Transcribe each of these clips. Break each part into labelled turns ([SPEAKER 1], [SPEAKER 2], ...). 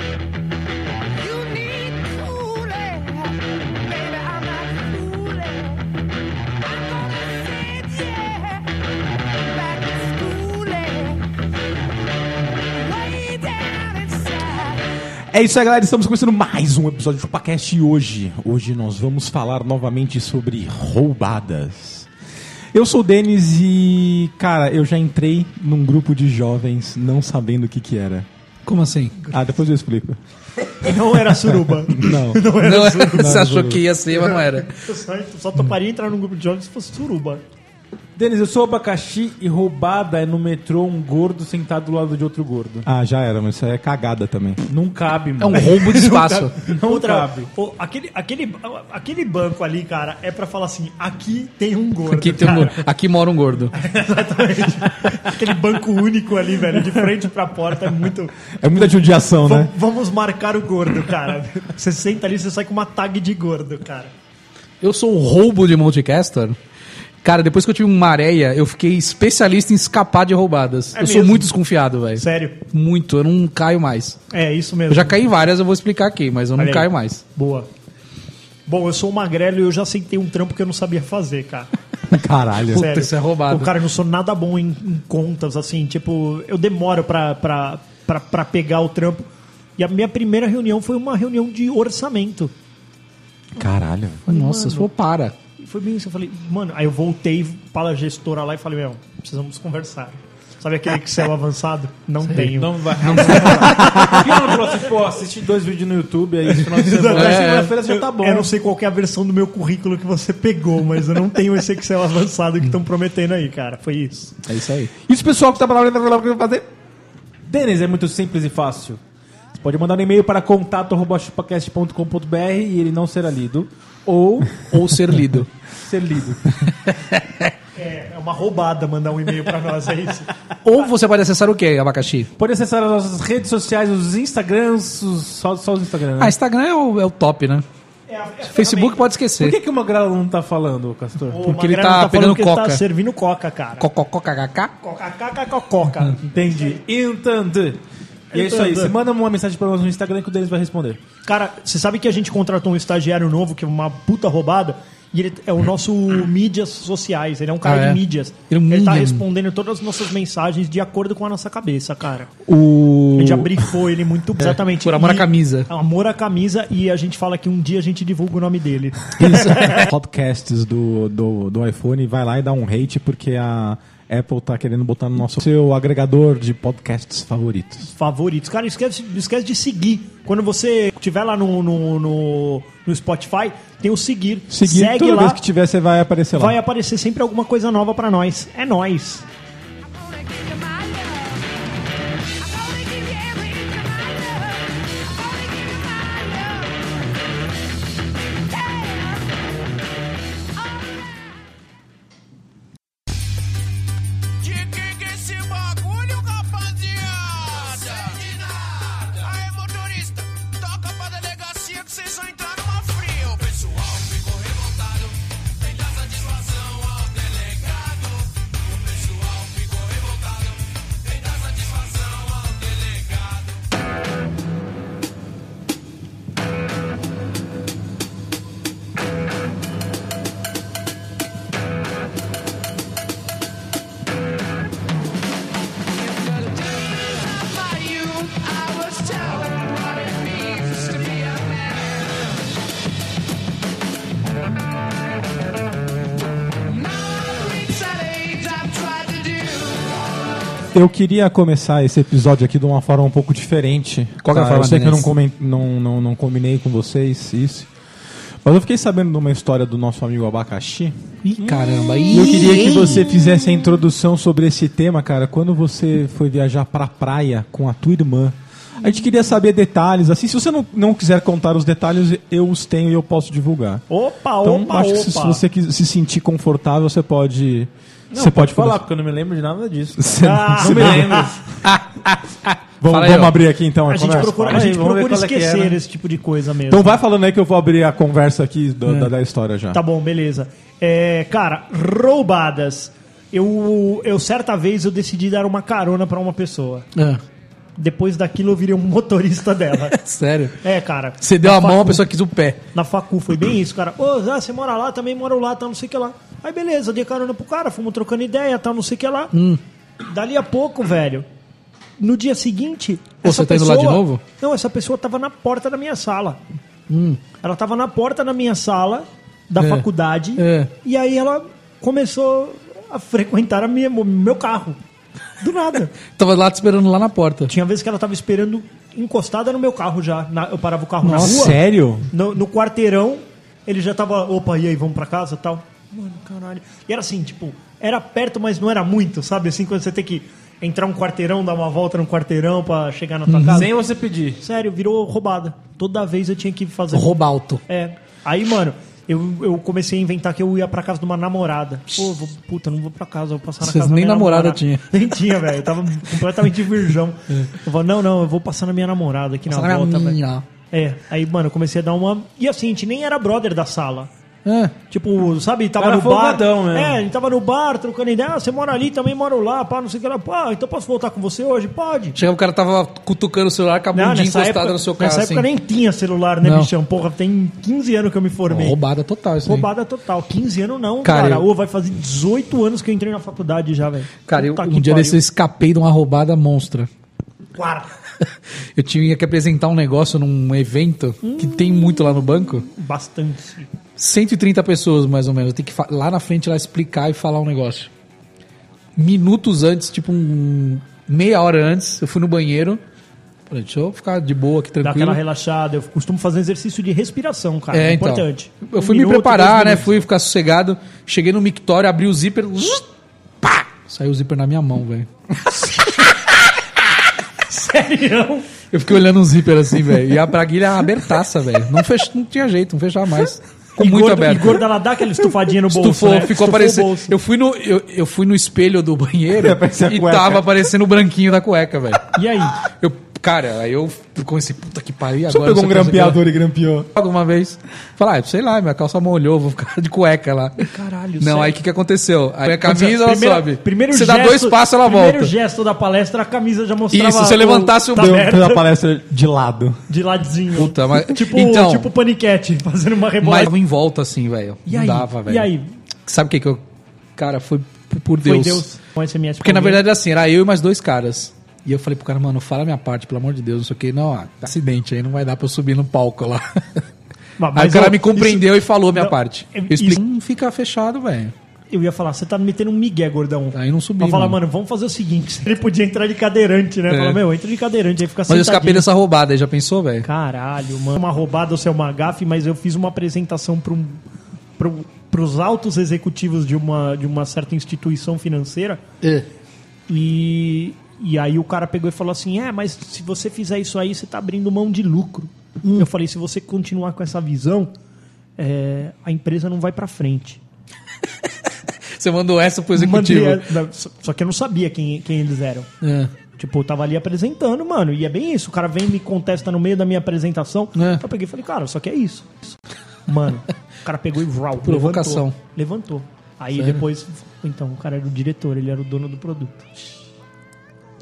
[SPEAKER 1] You need cooling, baby. I'm not fooling. I'm gonna send you back to schooling, way down inside.
[SPEAKER 2] É isso aí, galera. Estamos começando mais um episódio do Chupacast e hoje, hoje nós vamos falar novamente sobre roubadas. Eu sou o Denis e, cara, eu já entrei num grupo de jovens não sabendo o que que era.
[SPEAKER 3] Como assim?
[SPEAKER 2] Ah, depois eu explico.
[SPEAKER 4] Não era suruba.
[SPEAKER 2] Não.
[SPEAKER 3] Não, é. você achou que ia ser, mas não era.
[SPEAKER 4] Eu só, só toparia entrar num grupo de jovens se fosse suruba.
[SPEAKER 5] Denis, eu sou abacaxi e roubada é no metrô um gordo sentado do lado de outro gordo.
[SPEAKER 2] Ah, já era, mas isso aí é cagada também.
[SPEAKER 5] Não cabe, mano.
[SPEAKER 3] É um roubo de espaço.
[SPEAKER 5] Não
[SPEAKER 4] Outra-
[SPEAKER 5] cabe.
[SPEAKER 4] pô, aquele, aquele, aquele banco ali, cara, é pra falar assim: aqui tem um gordo.
[SPEAKER 3] Aqui, tem um
[SPEAKER 4] cara.
[SPEAKER 3] gordo. Aqui mora um gordo.
[SPEAKER 4] Aquele banco único ali, velho, de frente pra porta, é muito.
[SPEAKER 2] É muita judiação,
[SPEAKER 4] Va-
[SPEAKER 2] né?
[SPEAKER 4] Vamos marcar o gordo, cara. Você senta ali, você sai com uma tag de gordo, cara.
[SPEAKER 3] Eu sou o roubo de Montecaster. Cara, depois que eu tive uma areia, eu fiquei especialista em escapar de roubadas.
[SPEAKER 4] É
[SPEAKER 3] eu sou
[SPEAKER 4] mesmo?
[SPEAKER 3] muito desconfiado, velho.
[SPEAKER 4] Sério.
[SPEAKER 3] Muito, eu não caio mais.
[SPEAKER 4] É isso mesmo.
[SPEAKER 3] Eu já caí em várias, eu vou explicar aqui, mas eu não
[SPEAKER 4] Olha aí.
[SPEAKER 3] caio mais.
[SPEAKER 4] Boa. Bom, eu sou magrelo e eu já sentei um trampo que eu não sabia fazer, cara.
[SPEAKER 2] Caralho.
[SPEAKER 3] Puta, isso é roubado.
[SPEAKER 4] O cara, eu não sou nada bom em, em contas, assim, tipo, eu demoro pra, pra, pra, pra pegar o trampo. E a minha primeira reunião foi uma reunião de orçamento.
[SPEAKER 5] é-
[SPEAKER 2] Caralho.
[SPEAKER 3] Nossa, se for para.
[SPEAKER 4] E foi bem isso, eu falei, mano, aí eu voltei para a gestora lá e falei, meu, precisamos conversar. Sabe aquele Excel avançado? Não tenho.
[SPEAKER 5] Não vai. Não vai. Por que não trouxe, pô, assiste dois vídeos no YouTube aí esse final de semana.
[SPEAKER 3] É.
[SPEAKER 5] Segunda-feira já tá bom.
[SPEAKER 4] Eu não sei qual que é a versão do meu currículo que você pegou, mas eu não tenho esse Excel avançado que estão prometendo aí, cara. Foi isso.
[SPEAKER 3] É isso aí.
[SPEAKER 2] E os pessoal que tá falando o que eu vou fazer?
[SPEAKER 5] Denis, é muito simples e fácil. Você pode mandar um e-mail para contato.chupacast.com.br e ele não será lido. Ou
[SPEAKER 3] Ou ser lido.
[SPEAKER 5] ser lido.
[SPEAKER 4] É, é uma roubada mandar um e-mail pra nós, é isso?
[SPEAKER 3] Ou você pode acessar o quê, abacaxi?
[SPEAKER 5] Pode acessar as nossas redes sociais, os Instagrams, os- só, só os Instagram, né?
[SPEAKER 3] Ah, Instagram é o, é o top, né?
[SPEAKER 4] É a- é a
[SPEAKER 3] Facebook pode
[SPEAKER 5] Por
[SPEAKER 3] esquecer.
[SPEAKER 5] que, que o Magrelo não tá falando, Castor?
[SPEAKER 4] Ô,
[SPEAKER 3] Porque ele
[SPEAKER 4] Magrano
[SPEAKER 3] tá
[SPEAKER 4] falando
[SPEAKER 3] pegando
[SPEAKER 4] que ele
[SPEAKER 3] coca.
[SPEAKER 4] tá servindo coca, cara.
[SPEAKER 3] Cocococacacá?
[SPEAKER 4] Coca, caca, coca.
[SPEAKER 5] Entendi. Entendi. E é isso aí. Você manda uma mensagem pra nós no Instagram que o Denis vai responder.
[SPEAKER 4] Cara, você sabe que a gente contratou um estagiário novo, que é uma puta roubada, e ele é o nosso mídias sociais, ele é um cara
[SPEAKER 3] Ah, é?
[SPEAKER 4] de mídias.
[SPEAKER 3] Ele é um
[SPEAKER 4] Ele tá
[SPEAKER 3] mídia.
[SPEAKER 4] respondendo todas as nossas mensagens de acordo com a nossa cabeça, cara.
[SPEAKER 3] O... É,
[SPEAKER 4] A gente abrifou ele muito exatamente.
[SPEAKER 3] por amor à
[SPEAKER 4] E- é,
[SPEAKER 3] camisa.
[SPEAKER 4] Amor à camisa, e a gente fala que um dia a gente divulga o nome dele.
[SPEAKER 2] podcasts do, do, do iPhone, vai lá e dá um hate, porque a Apple tá querendo botar no nosso seu agregador de podcasts favoritos.
[SPEAKER 4] favoritos. Cara, esquece, não esquece de seguir. Quando você estiver lá no, no, no, no Spotify, tem o seguir.
[SPEAKER 2] Seguir,
[SPEAKER 4] Segue
[SPEAKER 2] toda
[SPEAKER 4] lá,
[SPEAKER 2] vez que tiver, você vai aparecer lá.
[SPEAKER 4] vai aparecer sempre alguma coisa nova pra nós. É nós.
[SPEAKER 1] I'm gonna give you my love. I'm gonna give you every inch of my love. I'm gonna give you my love. Yeah. Alright. Que que que é esse bagulho, rapaziada? De nada. Aê, motorista, toca pra delegacia que vocês vão entrar numa fria. O pessoal ficou revoltado, tem dar satisfação ao delegado. O pessoal ficou revoltado, tem dar satisfação ao delegado.
[SPEAKER 2] Eu queria começar esse episódio aqui de uma forma um pouco diferente.
[SPEAKER 3] Qual que é a
[SPEAKER 2] Ah,
[SPEAKER 3] forma,
[SPEAKER 2] Eu sei que eu não,
[SPEAKER 3] Denis?
[SPEAKER 2] comen- não, não, não combinei com vocês isso. Mas eu fiquei sabendo de uma história do nosso amigo Abacaxi.
[SPEAKER 3] Ih, caramba.
[SPEAKER 2] E eu
[SPEAKER 3] Ih,
[SPEAKER 2] queria que você fizesse a introdução sobre esse tema, cara. Quando você foi viajar pra praia com a tua irmã, A gente queria saber detalhes, assim. Se você não, não quiser contar os detalhes, eu os tenho e eu posso divulgar.
[SPEAKER 4] Opa,
[SPEAKER 2] Então,
[SPEAKER 4] opa,
[SPEAKER 2] acho
[SPEAKER 4] opa.
[SPEAKER 2] que se, se você quis- se sentir confortável, você pode.
[SPEAKER 5] Não,
[SPEAKER 2] você pode conversar.
[SPEAKER 5] falar, porque eu não me lembro de nada disso.
[SPEAKER 2] Você não-
[SPEAKER 4] Ah,
[SPEAKER 2] você
[SPEAKER 5] Não me
[SPEAKER 2] não-
[SPEAKER 5] lembro.
[SPEAKER 2] Vamos,
[SPEAKER 3] Fala aí,
[SPEAKER 2] vamos
[SPEAKER 3] ó.
[SPEAKER 2] abrir aqui então.
[SPEAKER 4] A gente
[SPEAKER 2] conversa.
[SPEAKER 4] procura, a
[SPEAKER 5] Fala aí,
[SPEAKER 4] gente
[SPEAKER 5] vamos ver
[SPEAKER 4] procura
[SPEAKER 5] qual é que é,
[SPEAKER 4] esquecer
[SPEAKER 5] né?
[SPEAKER 4] esse tipo de coisa mesmo.
[SPEAKER 2] Então vai falando aí que eu vou abrir a conversa aqui do- da, da história já.
[SPEAKER 4] Tá bom, beleza. É, cara, roubadas. Eu, eu certa vez eu decidi dar uma carona pra uma pessoa.
[SPEAKER 3] É.
[SPEAKER 4] Depois daquilo eu virei um motorista dela.
[SPEAKER 3] Sério.
[SPEAKER 4] É, cara.
[SPEAKER 3] Você deu
[SPEAKER 4] na
[SPEAKER 3] a mão, a
[SPEAKER 4] facu-
[SPEAKER 3] pessoa quis o pé.
[SPEAKER 4] Na facu foi bem isso, cara. Ô, Zé, você mora lá, também moro lá, tá não sei o que lá. Aí beleza, eu dei carona pro cara, fomos trocando ideia, tá não sei o que lá.
[SPEAKER 3] Hum.
[SPEAKER 4] Dali a pouco, velho. No dia seguinte.
[SPEAKER 3] Pô, você tá indo lá de novo? Hum.
[SPEAKER 4] Não, essa pessoa tava na porta da minha sala. Ela tava na porta da minha sala, da
[SPEAKER 3] É.
[SPEAKER 4] faculdade,
[SPEAKER 3] É.
[SPEAKER 4] e aí ela começou a frequentar a minha, o meu carro. Do nada.
[SPEAKER 3] Tava lá te esperando lá na porta.
[SPEAKER 4] Tinha vezes que ela tava esperando encostada no meu carro já. Na- eu parava o carro na rua.
[SPEAKER 2] Sério?
[SPEAKER 4] No, no quarteirão, ele já tava, opa, e aí, vamos pra casa tal? Mano, caralho. E era assim, tipo, era perto, mas não era muito, sabe? Assim, quando você tem que entrar um quarteirão, dar uma volta no quarteirão pra chegar na
[SPEAKER 2] Tá.
[SPEAKER 4] tua casa.
[SPEAKER 5] Uhum. Sem você pedir.
[SPEAKER 4] Sério, virou roubada. Toda vez eu tinha que fazer.
[SPEAKER 3] Roubalto.
[SPEAKER 4] É. Aí, mano, eu, eu comecei a inventar que eu ia pra casa de uma namorada. Pô, vou- puta, não vou pra casa, eu vou passar na
[SPEAKER 3] Vocês
[SPEAKER 4] casa da
[SPEAKER 3] nem
[SPEAKER 4] minha
[SPEAKER 3] namorada
[SPEAKER 4] namorada.
[SPEAKER 3] tinha. É.
[SPEAKER 4] Nem tinha, velho. Eu tava completamente virgão. Eu falei, não, não, eu vou passar na minha namorada aqui
[SPEAKER 3] Passar
[SPEAKER 4] na
[SPEAKER 3] na
[SPEAKER 4] volta,
[SPEAKER 3] minha.
[SPEAKER 4] velho. É, aí, mano, eu comecei a dar uma. E assim, a gente nem era brother da sala.
[SPEAKER 3] É.
[SPEAKER 4] Tipo, sabe, tava
[SPEAKER 5] Cara
[SPEAKER 4] no bar.
[SPEAKER 5] folgadão mesmo.
[SPEAKER 4] É, ele tava no bar, trocando ideia. Ah, você mora ali, também moro lá, pá, não sei o que lá. Pá, então posso voltar com você hoje? Pode.
[SPEAKER 3] Chegava o cara tava cutucando o celular com a
[SPEAKER 4] Não,
[SPEAKER 3] bundinha
[SPEAKER 4] nessa
[SPEAKER 3] encostada
[SPEAKER 4] época,
[SPEAKER 3] no seu carro.
[SPEAKER 4] nessa
[SPEAKER 3] assim.
[SPEAKER 4] época nem tinha celular, né,
[SPEAKER 3] Não.
[SPEAKER 4] bichão? Porra, tem 15 anos que eu me formei.
[SPEAKER 3] Roubada total isso aí.
[SPEAKER 4] Roubada total. 15 anos não,
[SPEAKER 3] Cara,
[SPEAKER 4] cara.
[SPEAKER 3] eu-
[SPEAKER 4] Ô, vai fazer 18 anos que eu entrei na faculdade já, velho.
[SPEAKER 3] Cara, eu,
[SPEAKER 4] Puta
[SPEAKER 3] um
[SPEAKER 4] que
[SPEAKER 3] dia
[SPEAKER 4] pariu.
[SPEAKER 3] desse eu escapei de uma roubada monstra.
[SPEAKER 4] Cara,
[SPEAKER 3] Eu tinha que apresentar um negócio num evento que tem muito lá no banco.
[SPEAKER 4] Bastante.
[SPEAKER 3] 130 pessoas, mais ou menos. Tem que fa- lá na frente lá explicar e falar um negócio. Minutos antes, tipo um, meia hora antes, eu fui no banheiro. Falei, deixa eu ficar de boa aqui,
[SPEAKER 4] Dá
[SPEAKER 3] tranquilo.
[SPEAKER 4] aquela relaxada. Eu costumo fazer exercício de respiração, cara.
[SPEAKER 3] É,
[SPEAKER 4] É,
[SPEAKER 3] então.
[SPEAKER 4] importante.
[SPEAKER 3] Eu
[SPEAKER 4] Um
[SPEAKER 3] fui me
[SPEAKER 4] minuto,
[SPEAKER 3] preparar,
[SPEAKER 4] dois
[SPEAKER 3] né?
[SPEAKER 4] minutos.
[SPEAKER 3] Fui ficar sossegado. Cheguei no mictório, abri o zíper. zzz, Pá! Saiu o zíper na minha mão, velho.
[SPEAKER 4] Sério?
[SPEAKER 3] Eu fiquei olhando o zíper assim, velho. E a braguilha abertaça, velho. Não, fech... não tinha jeito, não fechava mais. Ficou muito
[SPEAKER 4] gordo,
[SPEAKER 3] aberto.
[SPEAKER 4] E gorda, ela dá aquela estufadinha no bolso,
[SPEAKER 3] Estufou,
[SPEAKER 4] né?
[SPEAKER 3] ficou
[SPEAKER 4] Estufou o
[SPEAKER 3] aparecendo.
[SPEAKER 4] bolso. É,
[SPEAKER 3] Eu fui, no, eu, eu fui no espelho do banheiro
[SPEAKER 2] Apareceu a
[SPEAKER 3] e
[SPEAKER 2] cueca.
[SPEAKER 3] tava aparecendo o branquinho da cueca, velho.
[SPEAKER 4] E aí?
[SPEAKER 3] Eu, cara, aí eu comecei, puta que pariu. e
[SPEAKER 2] Só
[SPEAKER 3] agora
[SPEAKER 2] pegou um
[SPEAKER 4] tá
[SPEAKER 3] Essa coisa que eu-
[SPEAKER 2] grampeador e grampeou.
[SPEAKER 3] alguma vez. Falar, ah, sei lá, minha calça molhou, vou ficar de cueca lá.
[SPEAKER 4] Caralho,
[SPEAKER 3] Não,
[SPEAKER 4] sério.
[SPEAKER 3] aí o que, que aconteceu? Aí a camisa,
[SPEAKER 4] Primeiro-
[SPEAKER 3] ela sobe.
[SPEAKER 4] Primeiro
[SPEAKER 3] você dá
[SPEAKER 4] gesto-
[SPEAKER 3] dois passos, ela volta.
[SPEAKER 4] Primeiro gesto da palestra, a camisa já mostrava...
[SPEAKER 3] Isso, se eu
[SPEAKER 4] o-
[SPEAKER 3] levantasse o
[SPEAKER 4] tá
[SPEAKER 3] meu-
[SPEAKER 4] aberta,
[SPEAKER 2] Fez a palestra de lado.
[SPEAKER 4] De ladinho.
[SPEAKER 3] Puta, mas-
[SPEAKER 4] Tipo,
[SPEAKER 3] Então-
[SPEAKER 4] tipo paniquete, fazendo uma
[SPEAKER 3] Mas
[SPEAKER 4] rebolada.
[SPEAKER 3] tava em volta assim, velho.
[SPEAKER 4] E
[SPEAKER 3] Não
[SPEAKER 4] aí?
[SPEAKER 3] dava, velho.
[SPEAKER 4] E aí?
[SPEAKER 3] Sabe o que que eu... Cara, foi p- por Deus.
[SPEAKER 4] Foi Deus. Um SMS
[SPEAKER 3] Porque na
[SPEAKER 4] pra mim.
[SPEAKER 3] verdade era assim, era eu e mais dois caras. E eu falei pro cara, mano, fala a minha parte, pelo amor de Deus, não sei o que. Não, ah, acidente aí, não vai dar pra eu subir no palco lá.
[SPEAKER 4] Mas-
[SPEAKER 3] aí
[SPEAKER 4] mas,
[SPEAKER 3] o cara
[SPEAKER 4] ó,
[SPEAKER 3] me compreendeu e falou a minha
[SPEAKER 4] não,
[SPEAKER 3] parte.
[SPEAKER 4] é-
[SPEAKER 3] Eu expliquei,
[SPEAKER 4] isso-
[SPEAKER 3] não fica fechado, velho.
[SPEAKER 4] isso- Eu ia falar, você tá me metendo um migué, gordão.
[SPEAKER 3] Aí não subi,
[SPEAKER 4] Pra falar,
[SPEAKER 3] mano.
[SPEAKER 4] mano, vamos fazer o seguinte. Ele podia entrar de cadeirante, né?
[SPEAKER 3] É.
[SPEAKER 4] Falar, meu, entra de cadeirante, aí fica
[SPEAKER 3] Mas eu escapei
[SPEAKER 4] sentadinho.
[SPEAKER 3] dessa roubada aí, já pensou, velho?
[SPEAKER 4] Caralho, mano. Uma roubada ou se é uma gafe, mas eu fiz uma apresentação um, para os altos executivos de uma, de uma certa instituição financeira. E, e aí o cara pegou e falou assim: É, mas se você fizer isso aí, você tá abrindo mão de lucro. Eu falei: Se você continuar com essa visão, é, a empresa não vai para frente.
[SPEAKER 3] Você mandou essa pro executivo.
[SPEAKER 4] Mandei a- da- só- Só que eu não sabia quem, quem eles eram.
[SPEAKER 3] É.
[SPEAKER 4] Tipo, eu tava ali apresentando, mano. E é bem isso. O cara vem e me contesta no meio da minha apresentação.
[SPEAKER 3] É.
[SPEAKER 4] Eu peguei e falei, cara, só que é isso. Mano, o cara pegou e vrau,
[SPEAKER 3] Provocação.
[SPEAKER 4] Levantou. levantou. Aí depois, então, o cara era o diretor, ele era o dono do produto.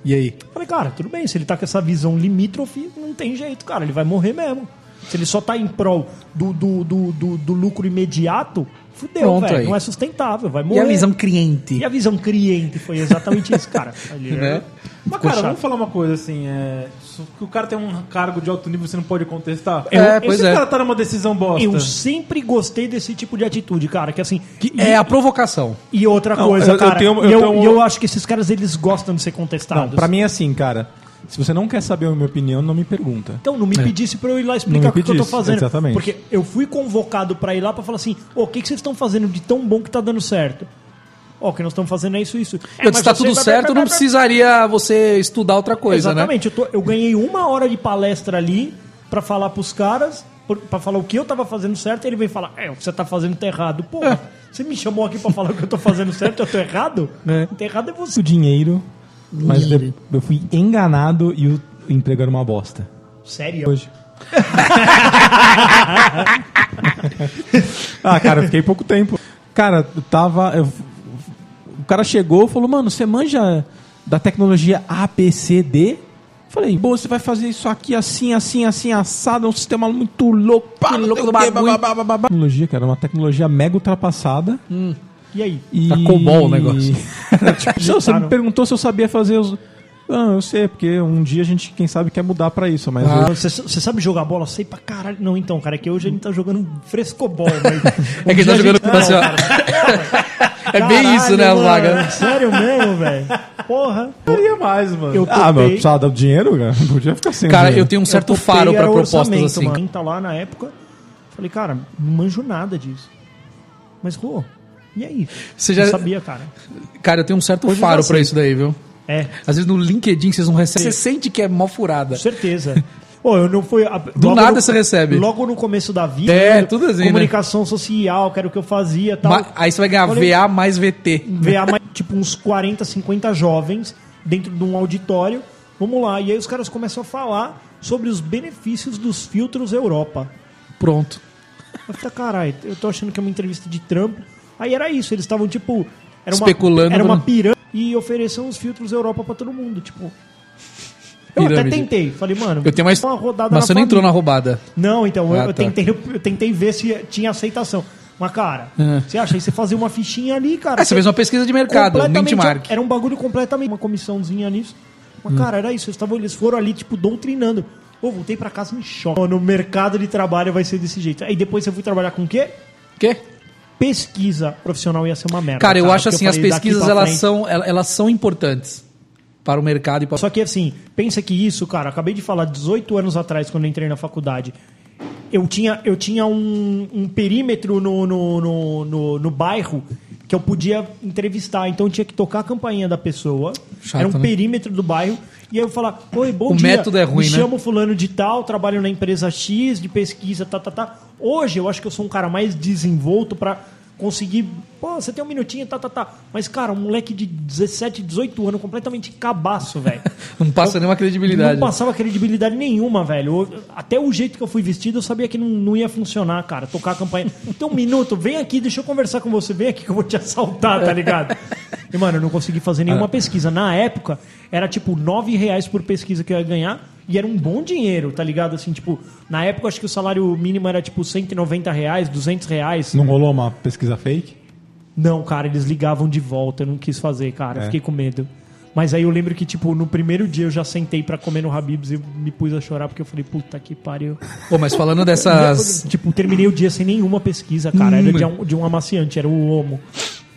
[SPEAKER 3] E aí?
[SPEAKER 4] Eu Falei, cara, tudo bem, se ele tá com essa visão limítrofe, não tem jeito, cara, ele vai morrer mesmo. Se ele só tá em prol do, do, do, do, do lucro imediato, fudeu,
[SPEAKER 3] Pronto aí.
[SPEAKER 4] velho. Não é sustentável, vai morrer.
[SPEAKER 3] E a visão cliente?
[SPEAKER 4] E a visão cliente foi exatamente isso, cara. Ele era-
[SPEAKER 3] Né?
[SPEAKER 5] Mas,
[SPEAKER 4] Ficou
[SPEAKER 5] cara,
[SPEAKER 4] chato.
[SPEAKER 5] vamos falar uma coisa assim: é... se o cara tem um cargo de alto nível, você não pode contestar.
[SPEAKER 3] É,
[SPEAKER 5] E
[SPEAKER 3] pois
[SPEAKER 5] se
[SPEAKER 3] é.
[SPEAKER 5] o cara tá numa decisão bosta.
[SPEAKER 4] Eu sempre gostei desse tipo de atitude, cara. Que assim. e,
[SPEAKER 3] É a provocação.
[SPEAKER 4] e outra
[SPEAKER 2] Não,
[SPEAKER 4] coisa,
[SPEAKER 2] eu- eu
[SPEAKER 4] cara.
[SPEAKER 2] tenho- eu
[SPEAKER 4] e eu,
[SPEAKER 2] tenho- um-
[SPEAKER 4] e eu acho que esses caras eles gostam de ser contestados.
[SPEAKER 2] Não, pra mim é assim, cara. Se você não quer saber a minha opinião, não me pergunta.
[SPEAKER 4] Então, não me pedisse pra eu ir lá
[SPEAKER 2] É. Não me
[SPEAKER 4] explicar o que, que eu tô
[SPEAKER 2] pedisse,
[SPEAKER 4] fazendo.
[SPEAKER 2] exatamente.
[SPEAKER 4] Porque eu fui convocado pra ir lá pra falar assim: ô, o que, que vocês estão fazendo de tão bom que tá dando certo? Ó, o que nós estamos fazendo é isso, isso.
[SPEAKER 3] Eu disse, tá tudo certo, não precisaria você estudar outra coisa, né?
[SPEAKER 4] Exatamente. Eu, tô- eu ganhei uma hora de palestra ali pra falar pros caras, por- pra falar o que eu tava fazendo certo, e ele vem falar, é, o que você tá fazendo tá errado.
[SPEAKER 3] É.
[SPEAKER 4] Porra, você me chamou aqui pra falar o que eu tô fazendo certo, eu tô errado?
[SPEAKER 2] É.
[SPEAKER 4] O que tá errado é você.
[SPEAKER 2] Muito dinheiro, mas
[SPEAKER 6] Dinheiro.
[SPEAKER 2] eu- eu fui enganado e o emprego era uma bosta.
[SPEAKER 4] Sério?
[SPEAKER 2] Hoje. ah, cara, eu fiquei pouco tempo. Cara, eu tava. eu- o cara chegou e falou, mano, você manja da tecnologia ABCD? Falei, boa, você vai fazer isso aqui assim, assim, assim, assado, é um sistema muito louco, pá,
[SPEAKER 3] Que
[SPEAKER 2] não
[SPEAKER 3] louco
[SPEAKER 2] sei o
[SPEAKER 3] do
[SPEAKER 2] quê,
[SPEAKER 3] bagulho.
[SPEAKER 2] babá, babá, babá. Tecnologia, cara, é uma tecnologia mega ultrapassada.
[SPEAKER 4] E aí?
[SPEAKER 2] E...
[SPEAKER 3] Tá COBOL o negócio.
[SPEAKER 2] Tipo, se você me perguntou se eu sabia fazer os. Ah, eu sei, porque um dia a gente, quem sabe, quer mudar pra isso, mas
[SPEAKER 4] Ah, Você você sabe jogar bola? Sei pra caralho. Não, então, cara, é que hoje ele tá jogando frescobol. Mas
[SPEAKER 3] É que ele tá jogando.
[SPEAKER 4] Não,
[SPEAKER 3] assim, ó. é bem isso, né, as
[SPEAKER 4] Caralho, mano,
[SPEAKER 3] vagas?
[SPEAKER 4] Sério mesmo, velho? Porra.
[SPEAKER 5] Não queria mais, mano.
[SPEAKER 2] Ah,
[SPEAKER 4] Eu
[SPEAKER 2] mas eu
[SPEAKER 4] topei.
[SPEAKER 2] precisava do dinheiro, cara. Não podia ficar sem
[SPEAKER 3] Cara, eu
[SPEAKER 2] dinheiro.
[SPEAKER 3] tenho um certo
[SPEAKER 4] Eu topei,
[SPEAKER 3] faro pra
[SPEAKER 4] era
[SPEAKER 3] propostas
[SPEAKER 4] orçamento,
[SPEAKER 3] assim.
[SPEAKER 4] Mano. Quem tá lá na época, falei, cara, não manjo nada disso. Mas, Rô, e aí?
[SPEAKER 3] Você
[SPEAKER 4] Não
[SPEAKER 3] já-
[SPEAKER 4] sabia, cara.
[SPEAKER 3] Cara, eu tenho um certo
[SPEAKER 4] Hoje eu
[SPEAKER 3] faro
[SPEAKER 4] já
[SPEAKER 3] pra
[SPEAKER 4] sei.
[SPEAKER 3] isso daí, viu?
[SPEAKER 4] É,
[SPEAKER 3] Às vezes no LinkedIn vocês não recebem. Você sente que é mó furada.
[SPEAKER 4] com certeza. Ô, eu não fui. a-
[SPEAKER 3] Do
[SPEAKER 4] logo
[SPEAKER 3] nada você recebe.
[SPEAKER 4] Logo no começo da vida.
[SPEAKER 3] É,
[SPEAKER 4] eu-
[SPEAKER 3] tudo assim, né?
[SPEAKER 4] Comunicação social, que era o que eu fazia tal.
[SPEAKER 3] Ma- Aí você vai ganhar
[SPEAKER 4] Falei,
[SPEAKER 3] VA mais VT.
[SPEAKER 4] VA mais, tipo uns 40, 50 jovens dentro de um auditório. Vamos lá. E aí os caras começam a falar sobre os benefícios dos filtros Europa.
[SPEAKER 3] Pronto.
[SPEAKER 4] Eu falei, caralho, eu tô achando que é uma entrevista de trampo. Aí era isso, eles estavam tipo. Era uma,
[SPEAKER 3] Especulando né?
[SPEAKER 4] Era
[SPEAKER 3] pra-
[SPEAKER 4] uma pirâmide e ofereciam os filtros Europa pra todo mundo. Tipo. Eu
[SPEAKER 3] Pirâmide.
[SPEAKER 4] até tentei. Falei, mano,
[SPEAKER 3] Eu tenho mais.
[SPEAKER 4] uma
[SPEAKER 3] Mas
[SPEAKER 4] rodada na
[SPEAKER 3] você não
[SPEAKER 4] família.
[SPEAKER 3] entrou na roubada.
[SPEAKER 4] Não, então, eu-
[SPEAKER 3] Ah,
[SPEAKER 4] eu,
[SPEAKER 3] tá.
[SPEAKER 4] tentei, eu tentei ver se tinha aceitação. Mas, cara,
[SPEAKER 3] É.
[SPEAKER 4] você acha que você fazia uma fichinha ali, cara?
[SPEAKER 3] Ah, você fez uma pesquisa de mercado,
[SPEAKER 4] completamente-
[SPEAKER 3] benchmark.
[SPEAKER 4] Era um bagulho completamente. Uma comissãozinha nisso. Mas, cara, era isso. Eles, tavam, eles foram ali, tipo, doutrinando. Pô, voltei pra casa em choque. No mercado de trabalho vai ser desse jeito. Aí depois eu fui trabalhar com o quê?
[SPEAKER 3] Quê?
[SPEAKER 4] Pesquisa profissional ia ser uma merda.
[SPEAKER 3] Cara, eu acho
[SPEAKER 4] porque
[SPEAKER 3] assim, as
[SPEAKER 4] falei, daqui
[SPEAKER 3] pesquisas
[SPEAKER 4] pra
[SPEAKER 3] elas
[SPEAKER 4] frente-
[SPEAKER 3] são, el- elas são importantes para o mercado e para
[SPEAKER 4] Só que assim, pensa que isso, cara, acabei de falar 18 anos atrás, quando eu entrei na faculdade. Eu tinha, eu tinha um, um perímetro no, no, no, no, no bairro que eu podia entrevistar. Então eu tinha que tocar a campainha da pessoa.
[SPEAKER 3] Chato,
[SPEAKER 4] era um
[SPEAKER 3] né?
[SPEAKER 4] perímetro do bairro. E aí eu falar, oi, bom
[SPEAKER 3] O
[SPEAKER 4] dia.
[SPEAKER 3] método é ruim,
[SPEAKER 4] me
[SPEAKER 3] né?
[SPEAKER 4] chamo fulano de tal, trabalho na empresa X, de pesquisa, tá, tá, tá. Hoje eu acho que eu sou um cara mais desenvolto pra conseguir... Pô, você tem um minutinho, tá, tá, tá. Mas, cara, um moleque de 17, 18 anos, completamente cabaço, velho.
[SPEAKER 3] não passa nenhuma credibilidade.
[SPEAKER 4] Não passava credibilidade nenhuma, velho. Eu- até o jeito que eu fui vestido, eu sabia que não, não ia funcionar, cara. Tocar a campanha. Então, um minuto, vem aqui, deixa eu conversar com você. Vem aqui que eu vou te assaltar, tá ligado? E, mano, eu não consegui fazer nenhuma pesquisa. Na época, era tipo nove reais por pesquisa que eu ia ganhar. E era um bom dinheiro, tá ligado? Assim, tipo, na época eu acho que o salário mínimo era tipo 190 reais, 200 reais.
[SPEAKER 2] Não rolou uma pesquisa fake?
[SPEAKER 4] Não, cara, eles ligavam de volta, eu não quis fazer, cara, eu
[SPEAKER 2] É.
[SPEAKER 4] fiquei com medo. Mas aí eu lembro que, tipo, no primeiro dia eu já sentei pra comer no Habib's e me pus a chorar porque eu falei, puta que pariu.
[SPEAKER 3] Pô, mas falando dessas.
[SPEAKER 4] Tipo, terminei o dia sem nenhuma pesquisa, cara. Era de um, de um amaciante, era o Homo.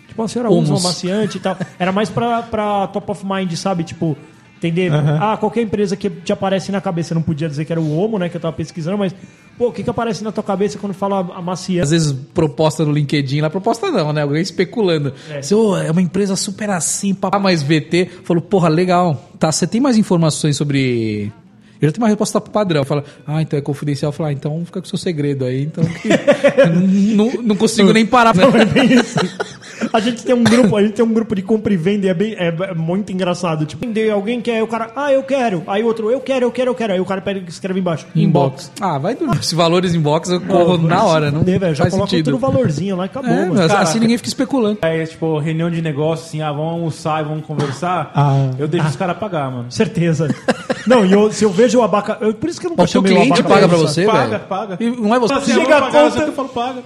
[SPEAKER 4] Tipo, a senhora usa um
[SPEAKER 3] Homos.
[SPEAKER 4] amaciante e tal. Era mais pra, pra top of mind, sabe? Tipo, entender? Ah, qualquer empresa que te aparece na cabeça, eu não podia dizer que era o Homo, né, que eu tava pesquisando, mas, pô, o que que aparece na tua cabeça quando fala amaciante?
[SPEAKER 3] Às vezes proposta no LinkedIn, lá proposta não, né? Alguém especulando. Você, "Ô, é uma empresa super assim, papá mais VT. Falou, porra, legal. Tá, você tem mais informações sobre. Eu já tenho uma resposta padrão. Fala, ah, então é confidencial. Fala, ah, então fica com o seu segredo aí. Então, que- não, não consigo nem parar. né?
[SPEAKER 4] A gente tem um grupo, a gente tem um grupo de compra e venda e é, bem, é, é muito engraçado. Tipo, vender alguém quer, aí o cara, ah, eu quero. Aí o outro, eu quero, eu quero, eu quero. Aí o cara pega e escreve embaixo.
[SPEAKER 3] Inbox. Ah, vai dormir. Se valores inbox, eu corro na hora, não?
[SPEAKER 4] Dê, né, velho, é, já
[SPEAKER 3] faz
[SPEAKER 4] coloca
[SPEAKER 3] sentido.
[SPEAKER 4] outro valorzinho lá e acabou.
[SPEAKER 3] É,
[SPEAKER 4] mano.
[SPEAKER 3] mas
[SPEAKER 5] Caraca.
[SPEAKER 3] assim ninguém fica especulando.
[SPEAKER 5] Aí, tipo, reunião de negócio, assim, ah, vamos almoçar e vamos conversar.
[SPEAKER 2] Ah.
[SPEAKER 5] Eu deixo os caras pagar, mano.
[SPEAKER 4] Certeza. Não, e eu- se eu vejo o abaca. eu- por isso que eu nunca
[SPEAKER 3] O seu
[SPEAKER 4] chamei
[SPEAKER 3] cliente
[SPEAKER 4] abaca
[SPEAKER 3] paga pra
[SPEAKER 4] russa.
[SPEAKER 3] você,
[SPEAKER 5] Paga,
[SPEAKER 3] velho.
[SPEAKER 5] paga.
[SPEAKER 3] E não é você.
[SPEAKER 5] Fala assim,
[SPEAKER 4] Chega
[SPEAKER 5] "Ah, vamos
[SPEAKER 4] a
[SPEAKER 5] pagar",
[SPEAKER 4] conta-
[SPEAKER 5] você que eu falo, paga.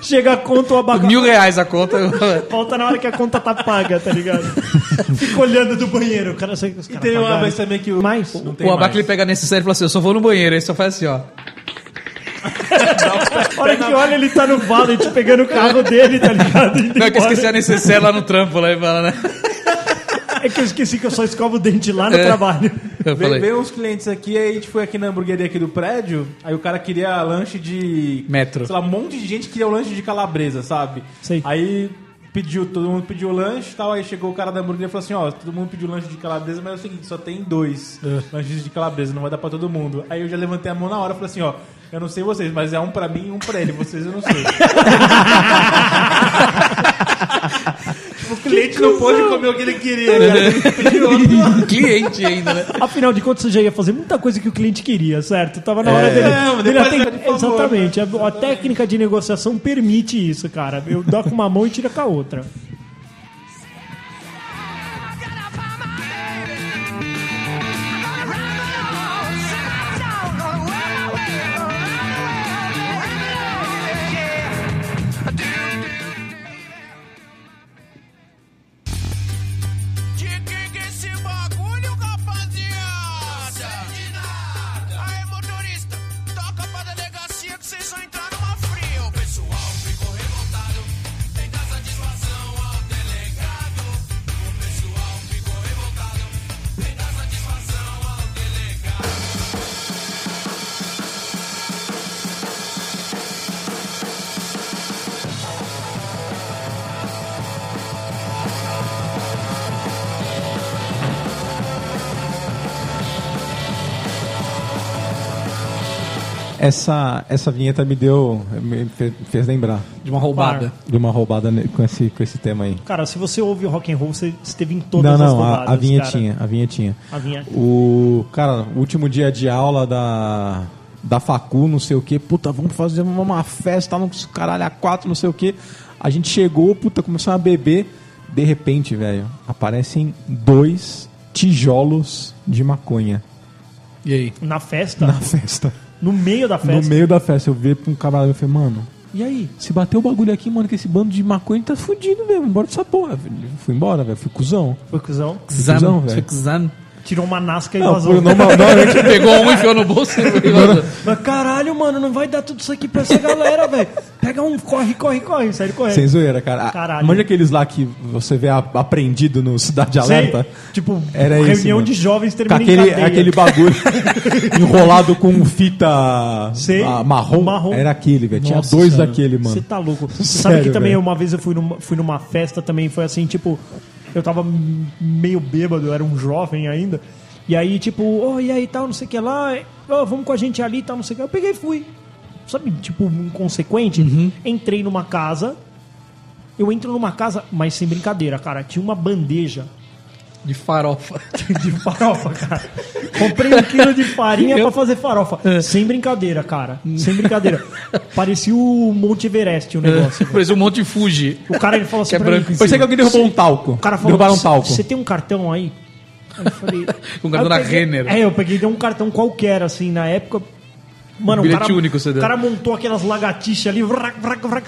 [SPEAKER 4] Chega a conta, o abaca.
[SPEAKER 3] Mil reais a conta. eu-
[SPEAKER 4] Volta na hora que a conta tá paga, tá ligado? Fica olhando do banheiro. O cara tá sei que os
[SPEAKER 5] E
[SPEAKER 4] caras
[SPEAKER 5] tem uma
[SPEAKER 4] pagaram.
[SPEAKER 5] vez também que o.
[SPEAKER 4] Mais?
[SPEAKER 5] Tá né? Não tem
[SPEAKER 3] O abaca
[SPEAKER 5] mais.
[SPEAKER 3] ele pega necessário e fala assim: eu só vou no banheiro. Aí só faz assim, ó.
[SPEAKER 4] A hora que olha, ele tá no vale, te pegando o carro dele, tá ligado? Indo
[SPEAKER 3] Não, é que eu
[SPEAKER 4] embora.
[SPEAKER 3] esqueci a necessaire lá no trampo, lá e fala, né?
[SPEAKER 4] É que eu esqueci que eu só escovo o dente lá no
[SPEAKER 3] É.
[SPEAKER 4] trabalho.
[SPEAKER 3] Eu
[SPEAKER 5] Ve-
[SPEAKER 3] falei.
[SPEAKER 5] Veio uns clientes aqui, aí a gente foi aqui na hamburgueria aqui do prédio, aí o cara queria lanche de...
[SPEAKER 3] Metro.
[SPEAKER 5] Sei lá, um monte de gente queria o lanche de calabresa, sabe?
[SPEAKER 4] Sei.
[SPEAKER 5] Aí Pediu, todo mundo pediu lanche e tal. Aí chegou o cara da hamburgueria e falou assim: Ó, todo mundo pediu lanche de calabresa, mas é o seguinte, só tem dois lanches de calabresa, não vai dar pra todo mundo. Aí eu já levantei a mão na hora e falei assim: Ó, eu não sei vocês, mas é um pra mim e um pra ele, vocês eu não sei. tipo, o cliente não pôde comer o que ele queria, cara. Ele pediu outro.
[SPEAKER 3] Cliente ainda, né?
[SPEAKER 4] Afinal de contas, você já ia fazer muita coisa que o cliente queria, certo? Tava na hora dele.
[SPEAKER 5] É, mas
[SPEAKER 4] Ele
[SPEAKER 5] depois
[SPEAKER 4] até-
[SPEAKER 5] ele falou,
[SPEAKER 4] Exatamente. A, a técnica de negociação permite isso, cara. Eu dou com uma mão e tira com a outra.
[SPEAKER 1] De que que é esse bagulho, rapaziada? Aí, motorista, toca pra delegacia que vocês vão entrar numa fria. O pessoal ficou revoltado, tem da satisfação ao delegado. O pessoal ficou revoltado, tem da satisfação ao delegado.
[SPEAKER 2] Essa, essa vinheta me deu. me fe- fez lembrar
[SPEAKER 3] De uma roubada.
[SPEAKER 2] de uma roubada ne- com esse, com esse tema aí.
[SPEAKER 4] Cara, se você ouve o rock and roll, você esteve em todas
[SPEAKER 2] não,
[SPEAKER 4] as
[SPEAKER 2] não,
[SPEAKER 4] roubadas,
[SPEAKER 2] a, a vinhetinha, a vinhetinha.
[SPEAKER 4] A vinheta.
[SPEAKER 2] O cara, o último dia de aula da da facu, não sei o que, puta, vamos fazer uma festa, não caralho, a quatro, não sei o que. A gente chegou, puta, começou a beber, de repente, velho, aparecem dois tijolos de maconha
[SPEAKER 3] E aí?
[SPEAKER 4] cara. Na festa,
[SPEAKER 2] na festa,
[SPEAKER 4] no meio da festa.
[SPEAKER 2] no meio da festa. Eu vi pra um camarada e falei, mano,
[SPEAKER 4] E aí?
[SPEAKER 2] se bater o bagulho aqui, mano, que esse bando de maconha tá fudido mesmo, embora dessa porra. velho. Fui embora, velho, fui cuzão.
[SPEAKER 4] Foi cuzão?
[SPEAKER 2] Cusão,
[SPEAKER 3] Xan,
[SPEAKER 2] velho.
[SPEAKER 3] foi Xan.
[SPEAKER 4] Tirou uma nasca e
[SPEAKER 2] Não,
[SPEAKER 4] vazou.
[SPEAKER 2] fui, não, não, não,
[SPEAKER 3] Pegou um, enfiou no bolso e vazou.
[SPEAKER 4] Mas caralho, mano, não vai dar tudo isso aqui pra essa galera, velho. Pega um, corre, corre, corre. Sério, corre.
[SPEAKER 2] Sem zoeira, cara.
[SPEAKER 4] Caralho.
[SPEAKER 2] Manja aqueles lá que você vê a- aprendido no Cidade
[SPEAKER 4] Sei,
[SPEAKER 2] Alerta.
[SPEAKER 4] Tipo,
[SPEAKER 2] Era
[SPEAKER 4] reunião
[SPEAKER 2] esse, mano.
[SPEAKER 4] de jovens
[SPEAKER 2] Com
[SPEAKER 4] termina
[SPEAKER 2] aquele,
[SPEAKER 4] em cadeia.
[SPEAKER 2] aquele bagulho enrolado com fita
[SPEAKER 4] Sei.
[SPEAKER 2] ah, marrom.
[SPEAKER 4] Marrom.
[SPEAKER 2] Era aquele, velho. Tinha
[SPEAKER 3] Nossa
[SPEAKER 2] dois
[SPEAKER 3] senhora.
[SPEAKER 2] daquele,
[SPEAKER 4] Você
[SPEAKER 2] mano.
[SPEAKER 4] tá louco. Você
[SPEAKER 2] Sério,
[SPEAKER 4] sabe que também
[SPEAKER 2] velho.
[SPEAKER 4] uma vez eu fui numa, fui numa festa também, foi assim, tipo, eu tava m- meio bêbado, eu era um jovem ainda. E aí, tipo, oh, e aí tal, não sei o que lá, ó, vamos com a gente ali e tal, não sei o que. Eu peguei e fui. Sabe, tipo, inconsequente.
[SPEAKER 2] Uhum.
[SPEAKER 4] Entrei numa casa. Eu entro numa casa, mas sem brincadeira, cara. Tinha uma bandeja
[SPEAKER 3] De farofa.
[SPEAKER 4] de farofa, cara. Comprei um quilo de farinha pra fazer farofa.
[SPEAKER 2] É.
[SPEAKER 4] Sem brincadeira, cara.
[SPEAKER 2] Hum.
[SPEAKER 4] Sem brincadeira. Parecia o Monte Everest o
[SPEAKER 2] É.
[SPEAKER 4] negócio.
[SPEAKER 3] Parecia um monte de Fuji.
[SPEAKER 4] O cara ele falou assim
[SPEAKER 3] Que é
[SPEAKER 4] pra mim,
[SPEAKER 3] branco em
[SPEAKER 2] Parecia que alguém derrubou um talco.
[SPEAKER 4] O cara falou,
[SPEAKER 2] Derrubaram um
[SPEAKER 4] "Cê-
[SPEAKER 2] talco.
[SPEAKER 4] Você tem um cartão aí? Aí eu falei.
[SPEAKER 3] Um
[SPEAKER 4] Aí eu
[SPEAKER 3] cartão da
[SPEAKER 4] peguei-
[SPEAKER 3] Renner.
[SPEAKER 4] É, eu peguei deu um cartão qualquer, assim, na época. Mano,
[SPEAKER 3] Bilhete
[SPEAKER 4] o cara,
[SPEAKER 3] único você
[SPEAKER 4] o
[SPEAKER 3] deu.
[SPEAKER 4] cara montou aquelas lagartixas ali, vrac, vrac, vrac.